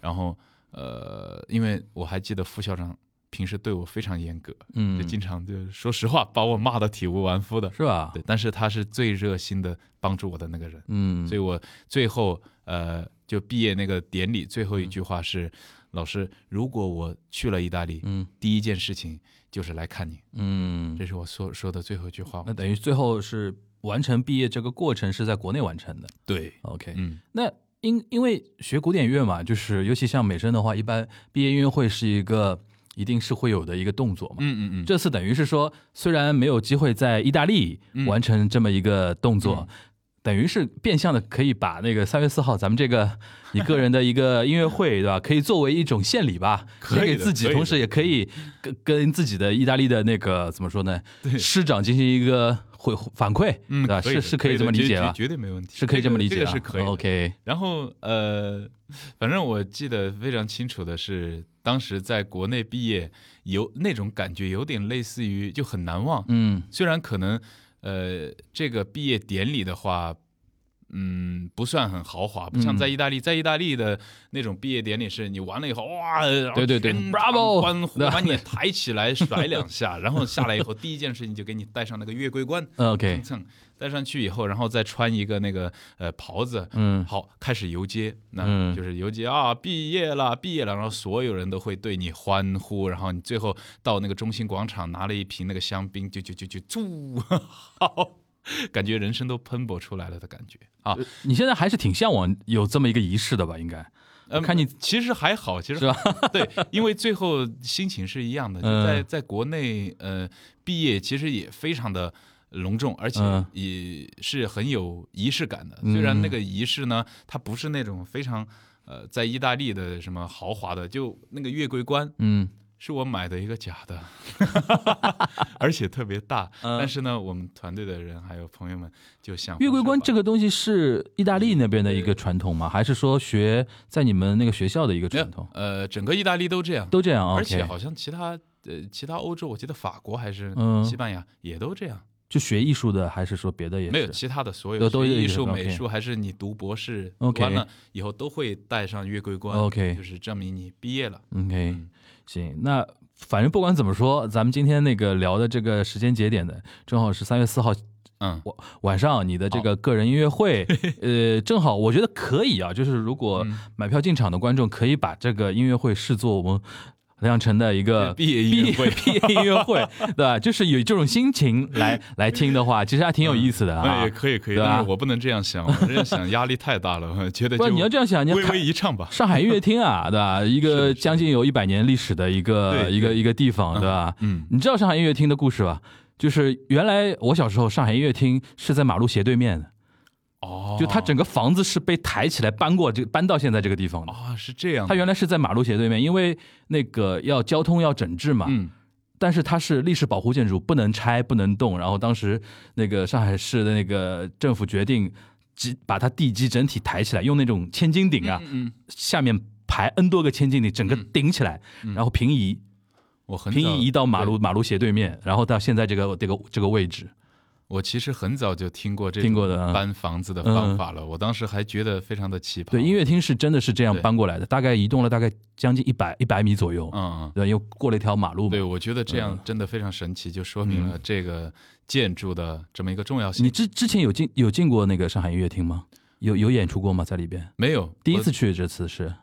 Speaker 1: 然后呃，因为我还记得副校长平时对我非常严格，就
Speaker 2: 嗯，
Speaker 1: 经常就说实话把我骂得体无完肤的。
Speaker 2: 是吧？
Speaker 1: 对，但是他是最热心的帮助我的那个人，
Speaker 2: 嗯，
Speaker 1: 所以我最后呃就毕业那个典礼最后一句话是：老师，如果我去了意大利，
Speaker 2: 嗯
Speaker 1: 第一件事情就是来看你。
Speaker 2: 嗯
Speaker 1: 这，是我说说的最后一句话
Speaker 2: 那。等于最后是完成毕业这个过程是在国内完成的。
Speaker 1: 对，
Speaker 2: OK，
Speaker 1: 嗯，
Speaker 2: 那因因为学古典乐嘛，就是尤其像美声的话，一般毕业音乐会是一个一定是会有的一个动作嘛。
Speaker 1: 嗯嗯嗯，
Speaker 2: 这次等于是说，虽然没有机会在意大利
Speaker 1: 嗯
Speaker 2: 完成这么一个动作，等于是变相的可以把那个三月四号咱们这个你个人的一个音乐会，对吧？可以作为一种献礼吧，
Speaker 1: 可以
Speaker 2: 献
Speaker 1: 的
Speaker 2: 给自己，
Speaker 1: 可以的
Speaker 2: 同时也可以跟跟自己的意大利的那个怎么说呢，师长进行一个回反馈，
Speaker 1: 嗯
Speaker 2: 对吧？
Speaker 1: 可以
Speaker 2: 是
Speaker 1: 的
Speaker 2: 是可以
Speaker 1: 的
Speaker 2: 这么理解
Speaker 1: 绝
Speaker 2: 吧？
Speaker 1: 绝绝对没问题，
Speaker 2: 是可以这么理解
Speaker 1: 这
Speaker 2: 啊，
Speaker 1: 个这个是可以的。
Speaker 2: OK，
Speaker 1: 然后呃，反正我记得非常清楚的是，当时在国内毕业，有那种感觉，有点类似于就很难忘。
Speaker 2: 嗯
Speaker 1: 虽然可能呃，这个毕业典礼的话。嗯，不算很豪华，不像在
Speaker 2: 嗯
Speaker 1: 意大利，在意大利的那种毕业典礼是你完了以后，哇，然后
Speaker 2: 对对对
Speaker 1: 全场
Speaker 2: Bravo！
Speaker 1: 欢 呼，把你抬起来甩两下，然后下来以后，第一件事情就给你戴上那个月桂冠，
Speaker 2: ，OK，
Speaker 1: 蹭蹭戴上去以后，然后再穿一个那个呃袍子，
Speaker 2: 嗯
Speaker 1: 好，开始游街，
Speaker 2: 嗯
Speaker 1: 那就是游街啊，毕业了，毕业了，然后所有人都会对你欢呼，然后你最后到那个中心广场拿了一瓶那个香槟，就就就就 祝，好，感觉人生都喷薄出来了的感觉啊。
Speaker 2: 你现在还是挺向往有这么一个仪式的吧？应该，
Speaker 1: 呃，
Speaker 2: 看你
Speaker 1: 其实还好，其实
Speaker 2: 是吧
Speaker 1: 对，因为最后心情是一样的。就
Speaker 2: 嗯
Speaker 1: 在在国内，呃，毕业其实也非常的隆重，而且
Speaker 2: 嗯
Speaker 1: 也是很有仪式感的。虽然那个仪式呢，它不是那种非常呃，在意大利的什么豪华的，就那个月桂冠
Speaker 2: 嗯
Speaker 1: 是我买的一个假的， 而且特别大。但是呢，我们团队的人还有朋友们就想
Speaker 2: 嗯月桂冠这
Speaker 1: 个
Speaker 2: 个东西是意大利那边的一个传统吗？还是说学在你们那个学校的一个传统？
Speaker 1: 呃，整个意大利都这样。
Speaker 2: 都这样啊
Speaker 1: 而且
Speaker 2: ，OK，
Speaker 1: 好像其他呃其他欧洲，我记得法国还是
Speaker 2: 嗯
Speaker 1: 西班牙也都这样，
Speaker 2: 就学艺术的，还是说别的也是
Speaker 1: 没有其他的所有
Speaker 2: 都都
Speaker 1: 学
Speaker 2: 有
Speaker 1: 艺术、
Speaker 2: ，OK
Speaker 1: 美术，还是你读博士
Speaker 2: OK
Speaker 1: 读完了以后都会带上月桂冠
Speaker 2: OK
Speaker 1: 就是证明你毕业了。
Speaker 2: ？OK，
Speaker 1: 嗯
Speaker 2: 行，那反正不管怎么说，咱们今天那个聊的这个时间节点呢，正好是三月四号
Speaker 1: 嗯，
Speaker 2: 晚上你的这个个人音 乐会，呃，正好我觉得
Speaker 1: 嗯
Speaker 2: 可以啊，就是如果买票进场的观众可以把这个音乐会视作我们梁咏晨的一 个
Speaker 1: 毕业音乐会
Speaker 2: 毕业毕业音乐 会，对吧？就是有这种心情来来听的话，其实还挺有意思的
Speaker 1: 那
Speaker 2: 啊
Speaker 1: 嗯哎也。可以可以，
Speaker 2: 对吧
Speaker 1: 但是我不能这样想，我这样想压力太大了，我觉得
Speaker 2: 不
Speaker 1: 就
Speaker 2: 然你要这样想，你要
Speaker 1: 微
Speaker 2: 看
Speaker 1: 微一唱吧。
Speaker 2: 上海音乐 厅啊，对吧？一个将近有一百年历史的一个
Speaker 1: 对
Speaker 2: 一个一个地方，对吧？
Speaker 1: 嗯，
Speaker 2: 你知道上海音乐厅的故事吧？就是原来我小时候，上海音乐厅是在马路斜对面的，
Speaker 1: 哦，
Speaker 2: 就它整个房子是被抬起来搬过，这搬到现在这个地方的。
Speaker 1: 啊是这样的，
Speaker 2: 它原来是在马路斜对面，因为那个要交通要整治嘛，
Speaker 1: 嗯
Speaker 2: 但是它是历史保护建筑，不能拆，不能动。然后当时那个上海市的那个政府决定，只把它地基整体抬起来，用那种千斤顶啊，
Speaker 1: 嗯，
Speaker 2: 下面排 n 多个千斤顶，整个顶起来，
Speaker 1: 嗯
Speaker 2: 然后平移，
Speaker 1: 我很
Speaker 2: 平
Speaker 1: 早
Speaker 2: 移移到马路马路斜对面，然后到现在这个这个这个位置。
Speaker 1: 我其实很早就听过这
Speaker 2: 听过的
Speaker 1: 种
Speaker 2: 嗯
Speaker 1: 搬房子的方法了，我当时还觉得非常的奇葩。
Speaker 2: 对，音乐厅是真的是这样
Speaker 1: 对
Speaker 2: 搬过来的，大概移动了大概将近一百一百米左右，
Speaker 1: 嗯，
Speaker 2: 对，又过了一条马
Speaker 1: 嗯，
Speaker 2: 路嘛
Speaker 1: 对，。我觉得这样真的非常神奇，就说明了这个建筑的这么一个重要性。
Speaker 2: 嗯你之之前有进有进过那个上海音乐厅吗？有有演出过吗？在里边？
Speaker 1: 没有
Speaker 2: 第一
Speaker 1: 我
Speaker 2: 次去这次是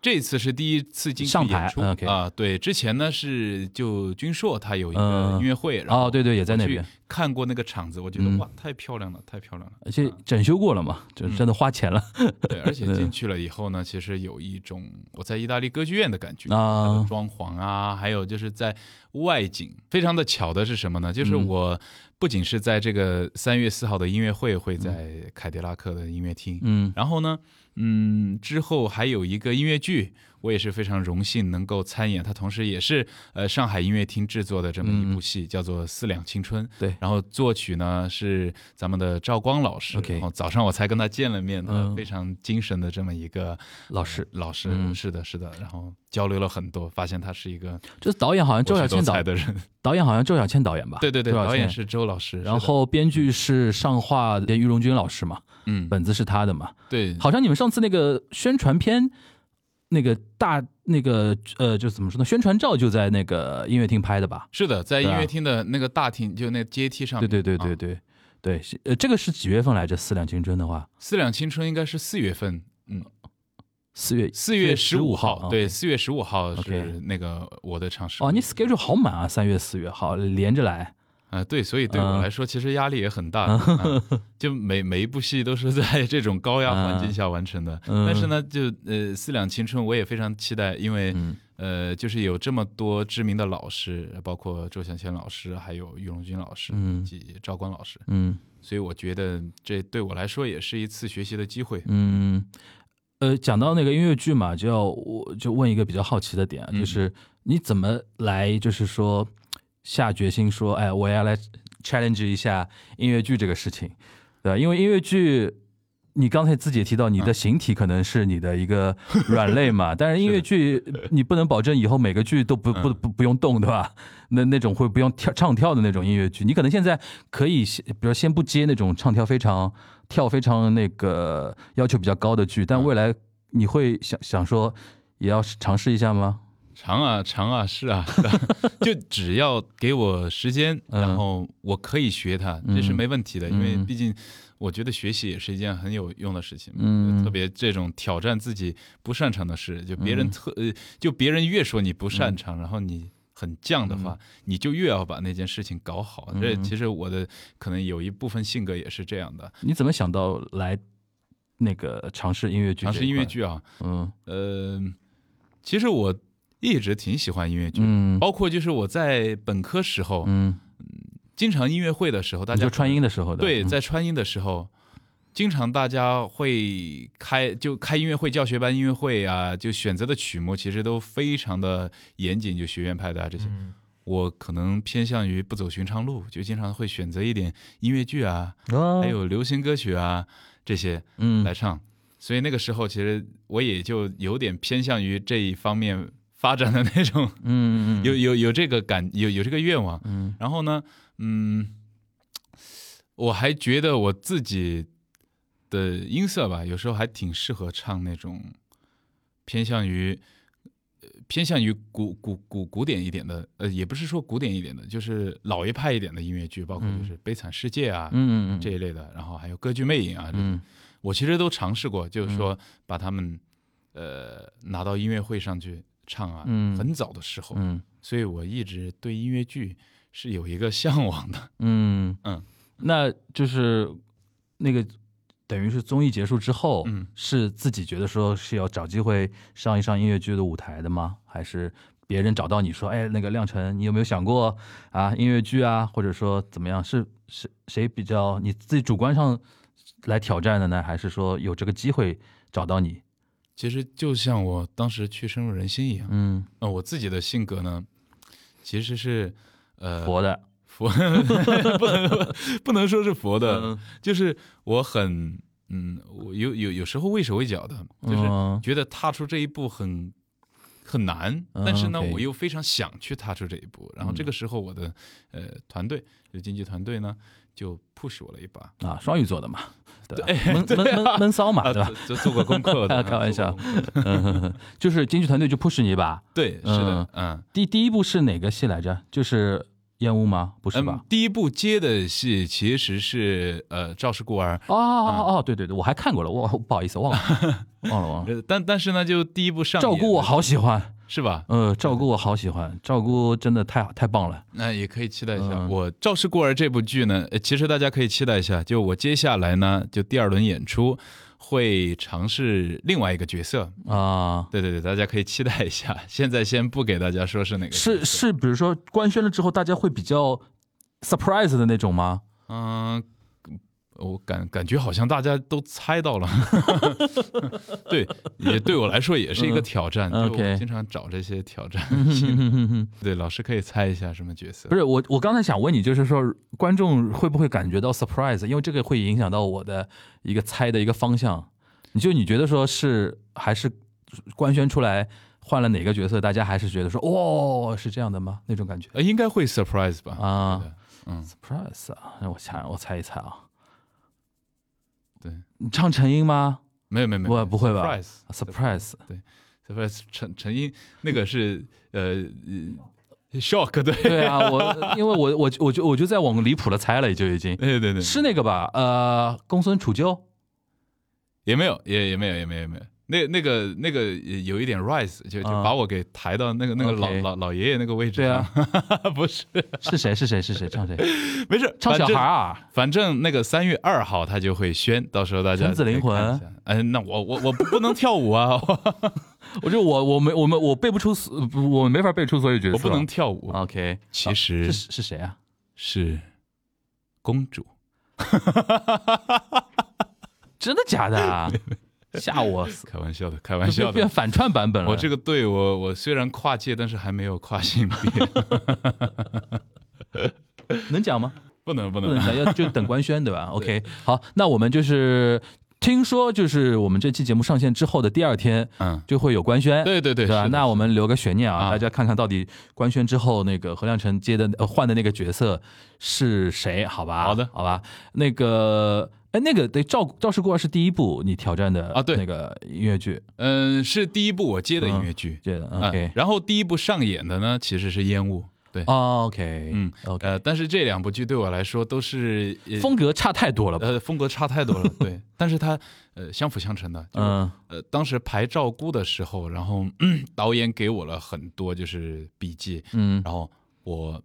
Speaker 1: 这次是第一次进去
Speaker 2: 上台
Speaker 1: 演出
Speaker 2: 嗯，OK
Speaker 1: 啊，对，之前呢是就军硕他有一个
Speaker 2: 嗯
Speaker 1: 音乐会，然后
Speaker 2: 哦，对对，也在那
Speaker 1: 去
Speaker 2: 边，
Speaker 1: 看过那个场子，我觉得
Speaker 2: 嗯
Speaker 1: 哇，太漂亮了，太漂亮了。
Speaker 2: 而且整修过了嘛，就
Speaker 1: 嗯
Speaker 2: 真的花 钱了
Speaker 1: 对，而且
Speaker 2: 嗯
Speaker 1: 进去了以后呢，其实有一种我在意大利歌剧院的感觉。它的
Speaker 2: 啊。
Speaker 1: 装潢啊，还有就是在外景，非常的巧的是什么呢？就是
Speaker 2: 嗯
Speaker 1: 我不仅是在这个三月四号的音乐会会在凯迪拉克的音乐厅，
Speaker 2: 嗯
Speaker 1: 然后呢，嗯，之后还有一个音乐剧，我也是非常荣幸能够参演，它同时也是呃上海音乐厅制作的这么一部戏，叫做《四两青春》。
Speaker 2: 嗯对
Speaker 1: 然后作曲呢是咱们的赵光老师。
Speaker 2: OK
Speaker 1: 然后早上我才跟他见了面，他
Speaker 2: 嗯
Speaker 1: 非常精神的这么一个呃
Speaker 2: 老师，
Speaker 1: 老师，
Speaker 2: 嗯
Speaker 1: 是的，是的，然后交流了很多，发现他是一个
Speaker 2: 这导演好像周小
Speaker 1: 多
Speaker 2: 倩
Speaker 1: 才
Speaker 2: 导
Speaker 1: 的人。
Speaker 2: 导演好像周小倩导演吧？
Speaker 1: 对对对，
Speaker 2: 周小
Speaker 1: 导演
Speaker 2: 倩
Speaker 1: 是周老师，
Speaker 2: 然
Speaker 1: 是的
Speaker 2: 后编剧是上画的于荣军老师嘛，
Speaker 1: 嗯，
Speaker 2: 本子是他的嘛。
Speaker 1: 对，
Speaker 2: 好像你们上次那个宣传片，那个大那个呃，就是怎么说呢？宣传照就在那个音乐厅拍的吧？
Speaker 1: 是的，在音
Speaker 2: 对啊
Speaker 1: 乐厅的那个大厅，就那阶梯上
Speaker 2: 对
Speaker 1: 面。
Speaker 2: 对对对
Speaker 1: 啊
Speaker 2: 对对，是呃，这个是几月份来着？《四两青春》的话，
Speaker 1: 四两青春应该是四月份，嗯，
Speaker 2: 四月
Speaker 1: 四月十五
Speaker 2: 15
Speaker 1: 号，
Speaker 2: 啊
Speaker 1: 对，四月十五号是
Speaker 2: OK
Speaker 1: 那个我的尝试。
Speaker 2: 哦，你 schedule 好满啊，三月四月好连着来，
Speaker 1: 啊，对，所以对我
Speaker 2: 嗯
Speaker 1: 来说其实压力也很大， 啊就每每一部戏都是在这种高压环境下完成的。
Speaker 2: 啊嗯
Speaker 1: 但是呢，就呃《四两青春》我也非常期待，因为
Speaker 2: 嗯
Speaker 1: 呃就是有这么多知名的老师，包括周小倩老师，还有于荣军老师以
Speaker 2: 嗯
Speaker 1: 及赵光老师，
Speaker 2: 嗯
Speaker 1: 所以我觉得这对我来说也是一次学习的机会。
Speaker 2: 嗯。呃，讲到那个音乐剧嘛，就要我就问一个比较好奇的点啊，
Speaker 1: 嗯
Speaker 2: 就是你怎么来，就是说下决心说，哎，我要来 challenge 一下音乐剧这个事情，对吧？因为音乐剧，你刚才自己也提到，你的形体可能是你的一个软肋嘛， 但是音乐剧你不能保证以后每个剧都不不不不用动，对吧？那那种会不用跳唱跳的那种音乐剧，你可能现在可以先，比如先不接那种唱跳非常跳非常那个要求比较高的剧，
Speaker 1: 嗯
Speaker 2: 但未来你会想想说也要尝试一下吗？
Speaker 1: 长啊长啊是啊， 就只要给我时间，
Speaker 2: 嗯
Speaker 1: 然后我可以学它，这是
Speaker 2: 嗯
Speaker 1: 没问题的。
Speaker 2: 嗯
Speaker 1: 因为毕竟我觉得学习也是一件很有用的事情，
Speaker 2: 嗯
Speaker 1: 特别这种挑战自己不擅长的事，就别人
Speaker 2: 嗯
Speaker 1: 特呃，就别人越说你不擅长，然后你。很犟的话，你就越要把那件事情搞好。
Speaker 2: 嗯
Speaker 1: 这其实我的可能有一部分性格也是这样的。
Speaker 2: 你怎么想到来那个尝试音乐剧？
Speaker 1: 尝试音乐，剧啊，
Speaker 2: 嗯
Speaker 1: 呃，其实我一直挺喜欢音乐剧，
Speaker 2: 嗯
Speaker 1: 包括就是我在本科时候，
Speaker 2: 嗯，
Speaker 1: 经常音乐会的时候，大
Speaker 2: 你
Speaker 1: 家
Speaker 2: 就穿音的时候的，
Speaker 1: 对，
Speaker 2: 嗯
Speaker 1: 在川音的时候，经常大家会开就开音乐会、教学班音乐会啊，就选择的曲目其实都非常的严谨，就学院派的啊这些。
Speaker 2: 嗯
Speaker 1: 我可能偏向于不走寻常路，就经常会选择一点音乐剧啊，还有流行歌曲啊这些
Speaker 2: 哦嗯
Speaker 1: 来唱。所以那个时候，其实我也就有点偏向于这一方面发展的那种
Speaker 2: 嗯嗯
Speaker 1: 有有有这个感，有有这个愿望。
Speaker 2: 嗯
Speaker 1: 然后呢，嗯，我还觉得我自己的音色吧，有时候还挺适合唱那种偏向于。呃偏向于古古古古典一点的，呃，也不是说古典一点的，就是老一派一点的音乐剧，包括就是《悲惨世界》啊、
Speaker 2: 嗯嗯嗯
Speaker 1: 这一类的，然后还有《歌剧魅影》啊，这
Speaker 2: 嗯
Speaker 1: 我其实都尝试过，就是说把他们呃拿到音乐会上去，唱啊，
Speaker 2: 嗯
Speaker 1: 很早的时候，
Speaker 2: 嗯
Speaker 1: 所以我一直对音乐剧是有一个向往的。
Speaker 2: 嗯
Speaker 1: 嗯，
Speaker 2: 那就是那个等于是综艺结束之后，
Speaker 1: 嗯
Speaker 2: 是自己觉得说是要找机会上一上音乐剧的舞台的吗？还是别人找到你说，哎，那个亮晨，你有没有想过啊音乐剧啊，或者说怎么样？是谁谁比较你自己主观上来挑战的呢？还是说有这个机会找到你？
Speaker 1: 其实就像我当时去深入人心一样，
Speaker 2: 嗯，
Speaker 1: 那、我自己的性格呢，其实是 呃
Speaker 2: 佛的，
Speaker 1: 佛不能不能说是佛的，
Speaker 2: 嗯
Speaker 1: 就是我很嗯，我有有有时候畏手畏脚的，就是
Speaker 2: 嗯
Speaker 1: 觉得踏出这一步很很难，
Speaker 2: 嗯
Speaker 1: 但是呢，
Speaker 2: OK 嗯
Speaker 1: 我又非常想去踏出这一步。然后这个时候，我的呃团队，就是经纪团队呢，就 push 我了一把。
Speaker 2: 啊，双鱼 座的嘛，对吧，闷闷闷闷骚嘛，
Speaker 1: 啊，
Speaker 2: 对吧？
Speaker 1: 就就做过功课的，
Speaker 2: 开玩笑
Speaker 1: 做过功课
Speaker 2: 嗯， 就是经纪团队就 push 你一把。
Speaker 1: 对，是的，嗯，
Speaker 2: 第第一部是哪个戏来着？就是烟雾吗？不是
Speaker 1: 嗯
Speaker 2: 吧？，
Speaker 1: 第一部接的戏其实是呃《赵氏孤儿》
Speaker 2: 哦哦哦，对对对，我还看过了，我我 不好意思忘了，忘了 忘了。
Speaker 1: 呃，但但是呢，就第一部上
Speaker 2: 照
Speaker 1: 演
Speaker 2: 顾我
Speaker 1: 的
Speaker 2: 好喜欢，
Speaker 1: 是吧？
Speaker 2: 呃，照顾我好喜欢，照顾真的太太棒了。
Speaker 1: 那也可以期待一下。
Speaker 2: 嗯
Speaker 1: 我《赵氏孤儿》这部剧呢，呃其实大家可以期待一下。就我接下来呢，就第二轮演出会尝试另外一个角色。
Speaker 2: 啊、
Speaker 1: 对对对，大家可以期待一下。 现在先不给大家说是哪个角色，
Speaker 2: 是是，比如说官宣了之后，大家会比较 surprise 的那种吗？
Speaker 1: 嗯。我感感觉好像大家都猜到了， 对，也对我来说也是一个挑战。
Speaker 2: 嗯
Speaker 1: 就我
Speaker 2: OK
Speaker 1: 经常找这些挑战
Speaker 2: 嗯
Speaker 1: 性。
Speaker 2: 哼哼哼
Speaker 1: 对，老师可以猜一下什么角色
Speaker 2: 不？是我，我刚才想问你，就是说观众会不会感觉到 surprise？因为这个会影响到我的一个猜的一个方向。你就你觉得说是还是官宣出来换了哪个角色，大家还是觉得说哦是这样的吗？那种感觉
Speaker 1: 呃，应该会 surprise 吧？
Speaker 2: 啊
Speaker 1: 对的嗯，
Speaker 2: ，surprise 啊！让我想，我猜一猜啊，
Speaker 1: 对，
Speaker 2: 你唱陈音吗？
Speaker 1: 没有没有没有，
Speaker 2: 不不会吧
Speaker 1: surprise
Speaker 2: ？surprise
Speaker 1: ，surprise，陈陈英那个是呃呃 shock 对
Speaker 2: 对啊，我因为我我我就我就在往离谱了猜了，就已 经
Speaker 1: 对对对，
Speaker 2: 是那个吧？呃，公孙楚鸠
Speaker 1: 也没有也也没有也没有也没有。那那个那个也有一点 rise，就就
Speaker 2: 啊
Speaker 1: 把我给抬到那个那个老
Speaker 2: OK
Speaker 1: 老老爷爷那个位置。
Speaker 2: 对 啊，
Speaker 1: 不是，
Speaker 2: 是谁？是谁？是谁？ 唱谁？
Speaker 1: 没事，
Speaker 2: 唱小
Speaker 1: 反正
Speaker 2: 孩啊？
Speaker 1: 反正那个三月二号他就会宣，到时候大家
Speaker 2: 陈子灵魂
Speaker 1: 可以看一下。哎，那我我我不能跳舞 啊，我
Speaker 2: 我就我我没我们我背不出，呃不我没法背出所有角色。
Speaker 1: 我不能。跳舞。
Speaker 2: OK，
Speaker 1: 其
Speaker 2: 是
Speaker 1: 实
Speaker 2: 是谁啊？
Speaker 1: 是公主，
Speaker 2: 真的假的啊？ 吓我！
Speaker 1: 开玩笑的，开玩 笑的
Speaker 2: 变。反串版本了。
Speaker 1: 我这个对我我虽然跨界，但是还没有跨性别，
Speaker 2: 能讲吗？
Speaker 1: 不能不
Speaker 2: 不能
Speaker 1: 能。
Speaker 2: 讲，要就等官 宣对吧？OK，好，那我们就是听说就是我们这期节目上线之后的第二天
Speaker 1: 嗯，
Speaker 2: 就会有官宣。
Speaker 1: 对对对，
Speaker 2: 对吧？
Speaker 1: 是的
Speaker 2: 那我们留个悬念啊，
Speaker 1: 啊
Speaker 2: 大家看看到底官宣之后那个何亮辰接的呃换的那个角色是谁？好吧，
Speaker 1: 好的
Speaker 2: 好吧。那个哎，那个对赵赵氏孤儿是第一部你挑战的
Speaker 1: 啊对
Speaker 2: 那个音乐剧，
Speaker 1: 嗯是第一部我接的音乐剧，
Speaker 2: 对的
Speaker 1: 嗯
Speaker 2: ，OK，
Speaker 1: 然后第一部上演的呢其实是烟雾，对，
Speaker 2: 哦，OK，
Speaker 1: 嗯
Speaker 2: ，OK，
Speaker 1: 呃，但是这两部剧对我来说都是呃
Speaker 2: 风格差太多了吧？
Speaker 1: 呃风格差太多了， 对，但是它呃相辅相成的，就是
Speaker 2: 嗯
Speaker 1: 呃，当时排赵姑的时候，然后嗯导演给我了很多就是笔记，
Speaker 2: 嗯
Speaker 1: 然后我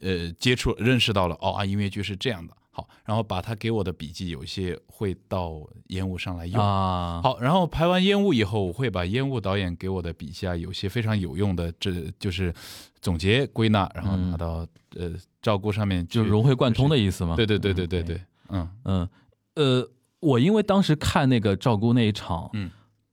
Speaker 1: 呃接触认识到了哦啊，音乐剧是这样的，好，然后把他给我的笔记有一些会到烟雾上来用。
Speaker 2: 啊，
Speaker 1: 好，然后排完烟雾以后，我会把烟雾导演给我的笔记啊，有些非常有用的，这就是总结归纳，然后拿到、呃照顾上面
Speaker 2: 嗯就
Speaker 1: 去
Speaker 2: 融会贯通的意思嘛。
Speaker 1: 对对对对对
Speaker 2: 嗯
Speaker 1: 对，嗯
Speaker 2: 嗯，呃，我因为当时看那个赵姑那一场，
Speaker 1: 嗯，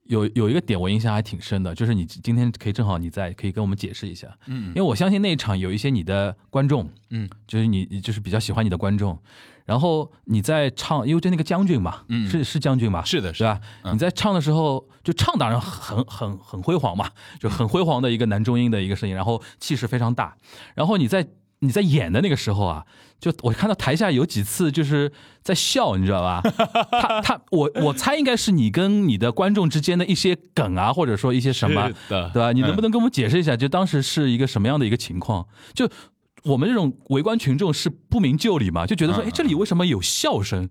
Speaker 2: 有有一个点我印象还挺深的，就是你今天可以正好你在可以跟我们解释一下，
Speaker 1: 嗯
Speaker 2: 因为我相信那一场有一些你的观众，
Speaker 1: 嗯，
Speaker 2: 就是你你就是比较喜欢你的观众，然后你在唱，因为就那个将军嘛，
Speaker 1: 嗯
Speaker 2: 是是将军吧，
Speaker 1: 是的
Speaker 2: 是啊
Speaker 1: 是
Speaker 2: 吧？
Speaker 1: 嗯
Speaker 2: 你在唱的时候，就唱当然很很很辉煌嘛，就很辉煌的一个男中音的一个声音，然后气势非常大。然后你在你在演的那个时候啊，就我看到台下有几次就是在笑，你知 道吧？他他我我猜应该是你跟你的观众之间的一些梗啊，或者说一些什么
Speaker 1: 是，嗯的，
Speaker 2: 对吧？啊你能不
Speaker 1: 能、
Speaker 2: 能跟我们解释一下，就当时是一个什么样的一个情况？就我们这种围观群众是不明就里嘛，就觉得说，
Speaker 1: 嗯
Speaker 2: 哎，这里为什么有笑声？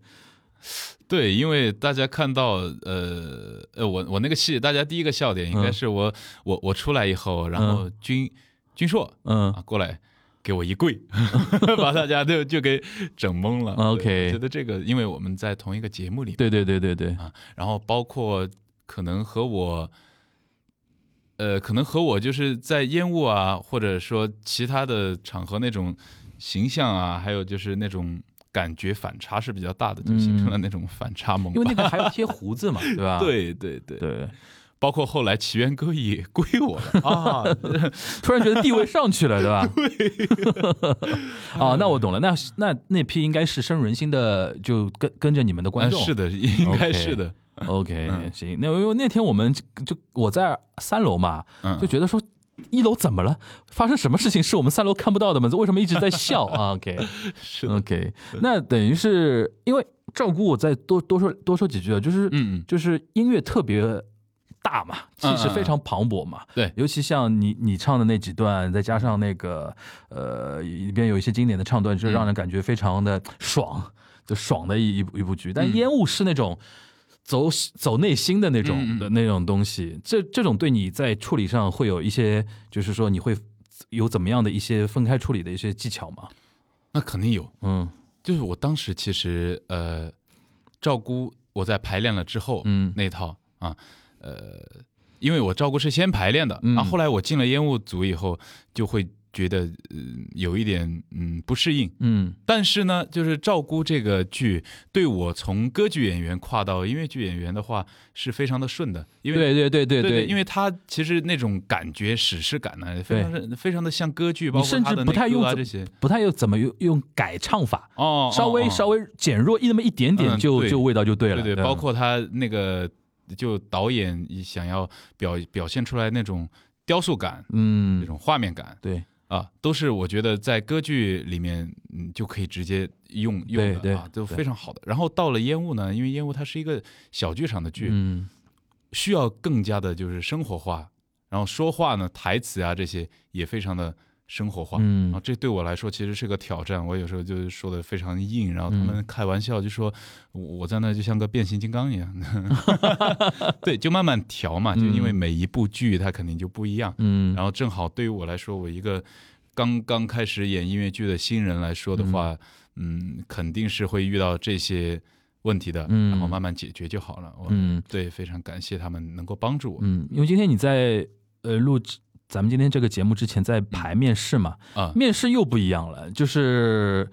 Speaker 1: 对，因为大家看到，呃呃，我我那个戏，大家第一个笑点应该
Speaker 2: 嗯
Speaker 1: 是我、我我出来以后，然后军、军硕
Speaker 2: 嗯
Speaker 1: 啊过来给我一跪， 把大家都就给整懵了。
Speaker 2: OK
Speaker 1: 对我觉得这个，因为我们在同一个节目里面，
Speaker 2: 对对对对对，
Speaker 1: 然后包括可能和我，呃，可能和我就是在烟雾啊，或者说其他的场合那种形象啊，还有就是那种感觉反差是比较大的，就形成了那种反差萌吧。
Speaker 2: 嗯因为那个还要贴胡子嘛，对吧？
Speaker 1: 对对啊对，
Speaker 2: 对，
Speaker 1: 包括后来奇缘歌也归我了 啊，
Speaker 2: 突然觉得地位上去了，对吧？ 啊，那我懂了，那那那批应该是深入人心的，就跟跟着你们的观
Speaker 1: 呃
Speaker 2: 众。
Speaker 1: 是的，应该是的，
Speaker 2: OK，、
Speaker 1: 嗯
Speaker 2: 行，那因为那天我们就我在三楼嘛，
Speaker 1: 嗯
Speaker 2: 就觉得说。一楼怎么了？发生什么事情是我们三楼看不到的吗？为什么一直在笑啊？OK，
Speaker 1: 是的，
Speaker 2: OK，那等于是因为照顾，我再多多说多说几句啊，就是、
Speaker 1: 嗯嗯，
Speaker 2: 就是音乐特别大嘛，气势
Speaker 1: 嗯嗯嗯
Speaker 2: 非常磅礴嘛。
Speaker 1: 对
Speaker 2: 尤其像你你唱的那几段，再加上那个呃里边有一些经典的
Speaker 1: 嗯
Speaker 2: 唱段，就让人感觉非常的爽，就爽的一一部一部剧。但
Speaker 1: 嗯
Speaker 2: 烟雾是那种。走走内心的那种
Speaker 1: 嗯嗯嗯
Speaker 2: 的那种东西，这这种对你在处理上会有一些，就是说你会有怎么样的一些分开处理的一些技巧吗？
Speaker 1: 那肯定有，
Speaker 2: 嗯
Speaker 1: 就是我当时其实呃，照顾我在排练了之后，
Speaker 2: 嗯
Speaker 1: 那套啊，呃，因为我照顾是先排练的，
Speaker 2: 嗯
Speaker 1: 然后后来我进了烟雾组以后，就会觉得嗯、有一点嗯不适应。
Speaker 2: 嗯
Speaker 1: 但是呢，就是照顾这个剧对我从歌剧演员跨到音乐剧演员的话是非常的顺的，因为。
Speaker 2: 对对对对
Speaker 1: 对
Speaker 2: 对，
Speaker 1: 因
Speaker 2: 为
Speaker 1: 为他其实那种感觉史诗感呢，非常的非常的像歌剧，包括
Speaker 2: 甚
Speaker 1: 它
Speaker 2: 至
Speaker 1: 的
Speaker 2: 不
Speaker 1: 那
Speaker 2: 太
Speaker 1: 歌
Speaker 2: 用
Speaker 1: 啊
Speaker 2: 怎
Speaker 1: 这些
Speaker 2: 不太有怎么用用改唱法，
Speaker 1: 哦，
Speaker 2: 稍微
Speaker 1: 哦
Speaker 2: 稍微减弱一那么一点点
Speaker 1: 嗯
Speaker 2: 就
Speaker 1: 对
Speaker 2: 就味道就对嗯了，
Speaker 1: 对
Speaker 2: 吧
Speaker 1: 包括他那个就导演想要表表现出来那种雕塑感、那
Speaker 2: 嗯
Speaker 1: 种画面感
Speaker 2: 对
Speaker 1: 啊，都是我觉得在歌剧里面嗯就可以直接用用
Speaker 2: 对
Speaker 1: 的
Speaker 2: 对
Speaker 1: 啊，都
Speaker 2: 对
Speaker 1: 非常好的。然后到了烟雾呢，因为烟雾它是一个小剧场的剧，
Speaker 2: 嗯
Speaker 1: 需要更加的就是生活化，然后说话呢台词啊这些也非常的生活化。然后
Speaker 2: 嗯
Speaker 1: 这对我来说其实是个挑战，我有时候就是说的非常硬，然后
Speaker 2: 嗯
Speaker 1: 他们开玩笑就说我我在那就像个变形金刚一样， 对，就慢慢调嘛，就因为每一部剧它肯定就不一样。
Speaker 2: 嗯
Speaker 1: 然后正好对于我来说，我一个刚刚开始演音乐剧的新人来说的话，嗯，肯定是会遇到这些问题的，
Speaker 2: 嗯
Speaker 1: 然后慢慢解决就好了。我
Speaker 2: 嗯
Speaker 1: 对，非常感谢他们能够帮助我
Speaker 2: 嗯，因为今天你在呃录制咱们今天这个节目之前在排面试嘛，
Speaker 1: 啊。
Speaker 2: 面试又不一样了，就是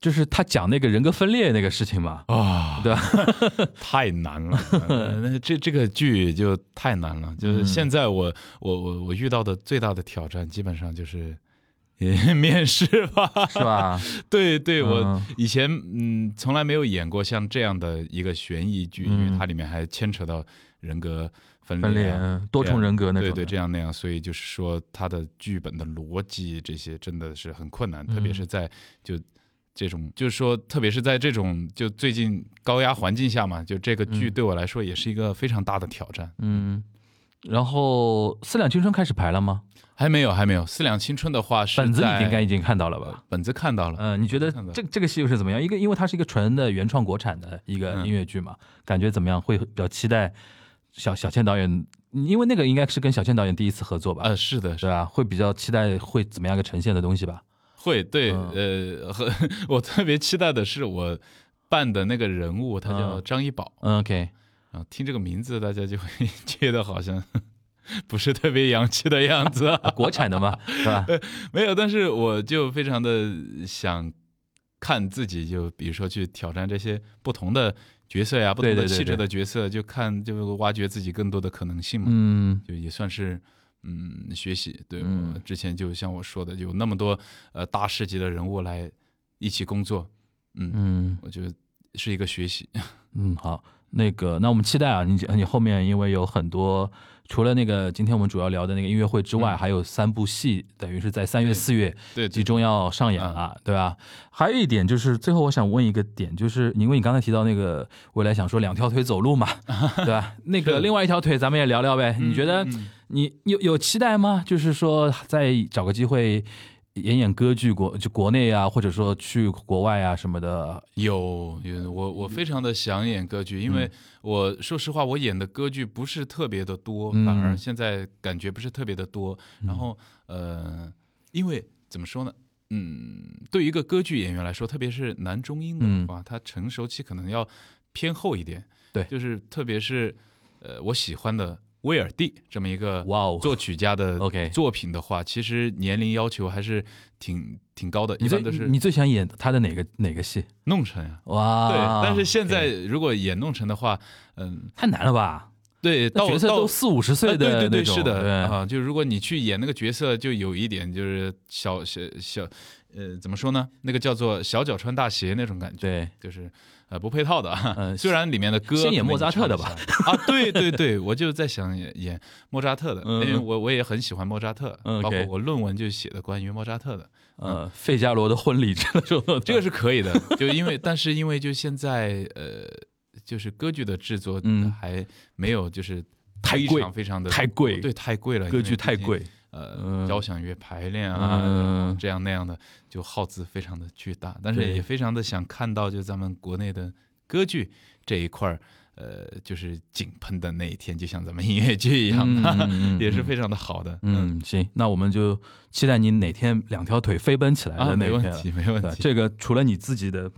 Speaker 2: 就是他讲那个人格分裂那个事 情嘛，
Speaker 1: 啊，
Speaker 2: 对
Speaker 1: 太难 了，呃那这这个剧就太难了。
Speaker 2: 嗯
Speaker 1: 就是现在我我我我遇到的最大的挑战，基本上就是。 呃面试吧，
Speaker 2: 是吧？
Speaker 1: 对对，我
Speaker 2: 嗯
Speaker 1: 以前嗯从来没有演过像这样的一个悬疑剧，
Speaker 2: 嗯
Speaker 1: 因为它里面还牵扯到人格分
Speaker 2: 分裂
Speaker 1: 啊
Speaker 2: 嗯多重人格那种
Speaker 1: 对
Speaker 2: 的，
Speaker 1: 对这样那样，所以就是说它的剧本的逻辑这些真的是很困难，特
Speaker 2: 嗯
Speaker 1: 别是在就这种，就是说特别是在这种就最近高压环境下嘛，就这个剧对我来说也是一个非常大的挑战。
Speaker 2: 嗯。然后《四两青春》开始排了吗？
Speaker 1: 还没有，还没有，《四两青春》的话是
Speaker 2: 本子你
Speaker 1: 在
Speaker 2: 应该已经看到了吧？
Speaker 1: 本子看到了，
Speaker 2: 嗯，你觉得
Speaker 1: 看到
Speaker 2: 这这个戏又是怎么样？一个，因为它是一个纯的原创国产的一个
Speaker 1: 嗯
Speaker 2: 音乐剧嘛，感觉怎么样？会比较期待小小倩导演，因为那个应该是跟小倩导演第一次合作吧，
Speaker 1: 呃，是的，是
Speaker 2: 是吧？会比较期待会怎么样一个呈现的东西吧？
Speaker 1: 会对，
Speaker 2: 嗯
Speaker 1: 呃，和 我特别期待的是我扮的那个人物，他叫
Speaker 2: 嗯
Speaker 1: 张一宝，
Speaker 2: 嗯，OK，
Speaker 1: 啊，听这个名字大家就会 觉得好像 不是特别洋气的样子、啊，
Speaker 2: 国产的嘛，是吧？
Speaker 1: 没有，但是我就非常的想看自己，就比如说去挑战这些不同的角色呀、不同
Speaker 2: 对
Speaker 1: 的
Speaker 2: 对对
Speaker 1: 气质
Speaker 2: 对
Speaker 1: 的角色，就看就挖掘自己更多的可能性嘛，
Speaker 2: 嗯
Speaker 1: 就也算是。嗯，学习对，
Speaker 2: 嗯
Speaker 1: 我之前就像我说的，有那么多呃大师级的人物来一起工作，嗯，
Speaker 2: 嗯
Speaker 1: 我觉得是一个学 习。
Speaker 2: 嗯，好，那个，那我们期待啊，你你后面因为有很多。除了那个今天我们主要聊的那个音乐会之外，还有三部戏，等于是在三
Speaker 1: 嗯
Speaker 2: 月、
Speaker 1: 对
Speaker 2: 四月
Speaker 1: 对，
Speaker 2: 集中要上演了，对吧？还有一点就是，最后我想问一个点，就是因为你刚才提到那个未来想说两条腿走路嘛， 对吧？那
Speaker 1: 是
Speaker 2: 个
Speaker 1: 的
Speaker 2: 另外一条腿咱们也聊聊呗。
Speaker 1: 嗯
Speaker 2: 你觉得
Speaker 1: 嗯
Speaker 2: 你有有期待吗？就是说再找个机会。演演歌剧国就国内啊，或者说去国外啊什么的？
Speaker 1: 有有，我我非常的想演歌剧，因
Speaker 2: 嗯
Speaker 1: 为我说实话，我演的歌剧不是特别的多，
Speaker 2: 嗯
Speaker 1: 反而现在感觉不是特别的多。然后呃，因为怎么说呢？嗯，对于一个歌剧演员来说，特别是男中音
Speaker 2: 嗯
Speaker 1: 的话，他成熟期可能要偏后一点。
Speaker 2: 对
Speaker 1: 就是特别是呃，我喜欢的威尔第这么一个
Speaker 2: 哇哦
Speaker 1: 作曲家的
Speaker 2: OK
Speaker 1: 作品的话，其实年龄要求还是挺挺高的，
Speaker 2: 你
Speaker 1: 一
Speaker 2: 最
Speaker 1: 般都是
Speaker 2: 你最想演他的哪个哪个戏？
Speaker 1: 弄臣啊。
Speaker 2: 哇，
Speaker 1: 对，但是现在如果演弄臣的话，嗯，
Speaker 2: 太难了吧？
Speaker 1: 对，
Speaker 2: 那
Speaker 1: 到
Speaker 2: 角色
Speaker 1: 到
Speaker 2: 都四五十岁的
Speaker 1: 啊对对
Speaker 2: 那
Speaker 1: 对，
Speaker 2: 种
Speaker 1: 是
Speaker 2: 对
Speaker 1: 的啊，就如果你去演那个角色，就有一点就是小小小，呃，怎么说呢？那个叫做小脚穿大鞋那种感觉，
Speaker 2: 对，
Speaker 1: 就是呃不配套的啊。
Speaker 2: 嗯
Speaker 1: 虽然里面的歌
Speaker 2: 先
Speaker 1: 可能
Speaker 2: 演莫扎特的
Speaker 1: 你唱不下来啊，对对对，我就在想演演莫扎特的，
Speaker 2: 嗯
Speaker 1: 因为我我也很喜欢莫扎特，
Speaker 2: 嗯
Speaker 1: 包括
Speaker 2: OK
Speaker 1: 我论文就写的关于莫扎特的。
Speaker 2: 呃，费加罗的婚礼这种，
Speaker 1: 这个是可以的，就因为但是因为就现在呃，就是歌剧的制作
Speaker 2: 嗯
Speaker 1: 还没有就是
Speaker 2: 太
Speaker 1: 非
Speaker 2: 贵
Speaker 1: 常非常的
Speaker 2: 太贵
Speaker 1: 对太贵了，因
Speaker 2: 歌
Speaker 1: 为
Speaker 2: 剧太
Speaker 1: 毕竟
Speaker 2: 贵，
Speaker 1: 呃
Speaker 2: 嗯，
Speaker 1: 交响乐排练啊。
Speaker 2: 嗯，
Speaker 1: 这样那样的就耗资非常的巨大，但是
Speaker 2: 对
Speaker 1: 也非常的想看到，就咱们国内的歌剧这一块儿，呃，就是井喷的那一天，就像咱们音乐剧一样，
Speaker 2: 嗯
Speaker 1: 也是非常的好的。
Speaker 2: 嗯，行，那我们就期待你哪天两条腿飞奔起来
Speaker 1: 啊，
Speaker 2: 的那
Speaker 1: 没
Speaker 2: 一
Speaker 1: 问
Speaker 2: 天。
Speaker 1: 题，没问
Speaker 2: 对
Speaker 1: 题。
Speaker 2: 这个除了你自己的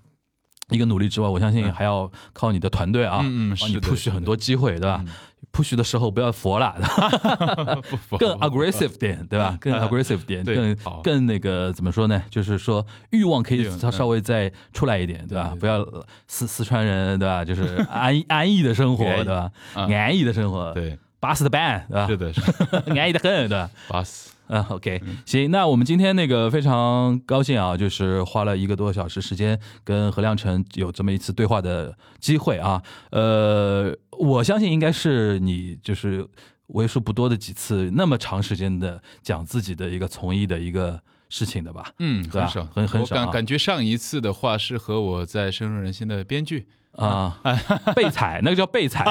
Speaker 2: 一个努力之外，我相信还要靠你的团队啊，
Speaker 1: 嗯嗯嗯，
Speaker 2: 帮
Speaker 1: 是的
Speaker 2: 你 push
Speaker 1: 是
Speaker 2: 很
Speaker 1: 的
Speaker 2: 多机会，对吧
Speaker 1: 嗯
Speaker 2: ？push 的时候不要佛了，对吧
Speaker 1: 不不
Speaker 2: 更
Speaker 1: 不
Speaker 2: aggressive 点，对吧？更 aggressive 点，
Speaker 1: 哎对
Speaker 2: 更
Speaker 1: 好
Speaker 2: 更那个怎么说呢？就是说欲望可以
Speaker 1: 欲望
Speaker 2: 稍
Speaker 1: 嗯
Speaker 2: 稍微再出来一点，对吧？
Speaker 1: 对对
Speaker 2: 不要四四川人，对吧？就是安 逸安逸的生活，
Speaker 1: 安逸
Speaker 2: 对吧？
Speaker 1: 啊
Speaker 2: 安逸的生活，
Speaker 1: 对，
Speaker 2: 巴适的板，对吧？
Speaker 1: 是的，是
Speaker 2: 安逸的很，对吧？
Speaker 1: 巴斯，
Speaker 2: 啊，OK，行，那我们今天那个非常高兴啊，就是花了一个多小时时间跟何亮成有这么一次对话的机会啊，呃，我相信应该是你就是为数不多的几次那么长时间的讲自己的一个从艺的一个事情的吧？
Speaker 1: 嗯，
Speaker 2: 对啊
Speaker 1: 很少，
Speaker 2: 很很少
Speaker 1: 我
Speaker 2: 啊
Speaker 1: 感感觉上一次的话是和我在深入人心的编剧，
Speaker 2: 啊， 备采，那个叫备采，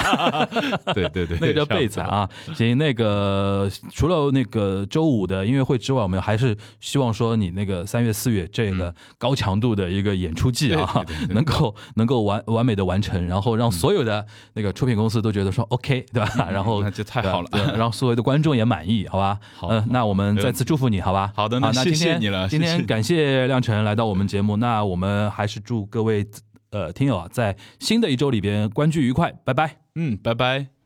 Speaker 1: 对对 对，
Speaker 2: 那个叫
Speaker 1: 差不多
Speaker 2: 备采。 啊。行，那个除了那个周五的音乐会之外，我们还是希望说你那个三月、四月这个高强度的一个演出季啊
Speaker 1: 嗯 对对对，对
Speaker 2: 能够能够完完美的完成，然后让所有的那个出品公司都觉得说 OK，对吧？啊 然后
Speaker 1: 嗯 那就太好了
Speaker 2: 对对让所有的观众也满意，好吧？
Speaker 1: 好
Speaker 2: 嗯
Speaker 1: 好
Speaker 2: 那我们
Speaker 1: 没问
Speaker 2: 再次祝福你，好吧？
Speaker 1: 好的那
Speaker 2: 那今
Speaker 1: 谢谢
Speaker 2: 天
Speaker 1: 你了
Speaker 2: 今
Speaker 1: 谢谢
Speaker 2: 天
Speaker 1: 你
Speaker 2: 感谢亮晨来到我们节目，那我们还是祝各位呃听友啊，在新的一周里边观剧愉快，拜拜。
Speaker 1: 嗯，拜拜。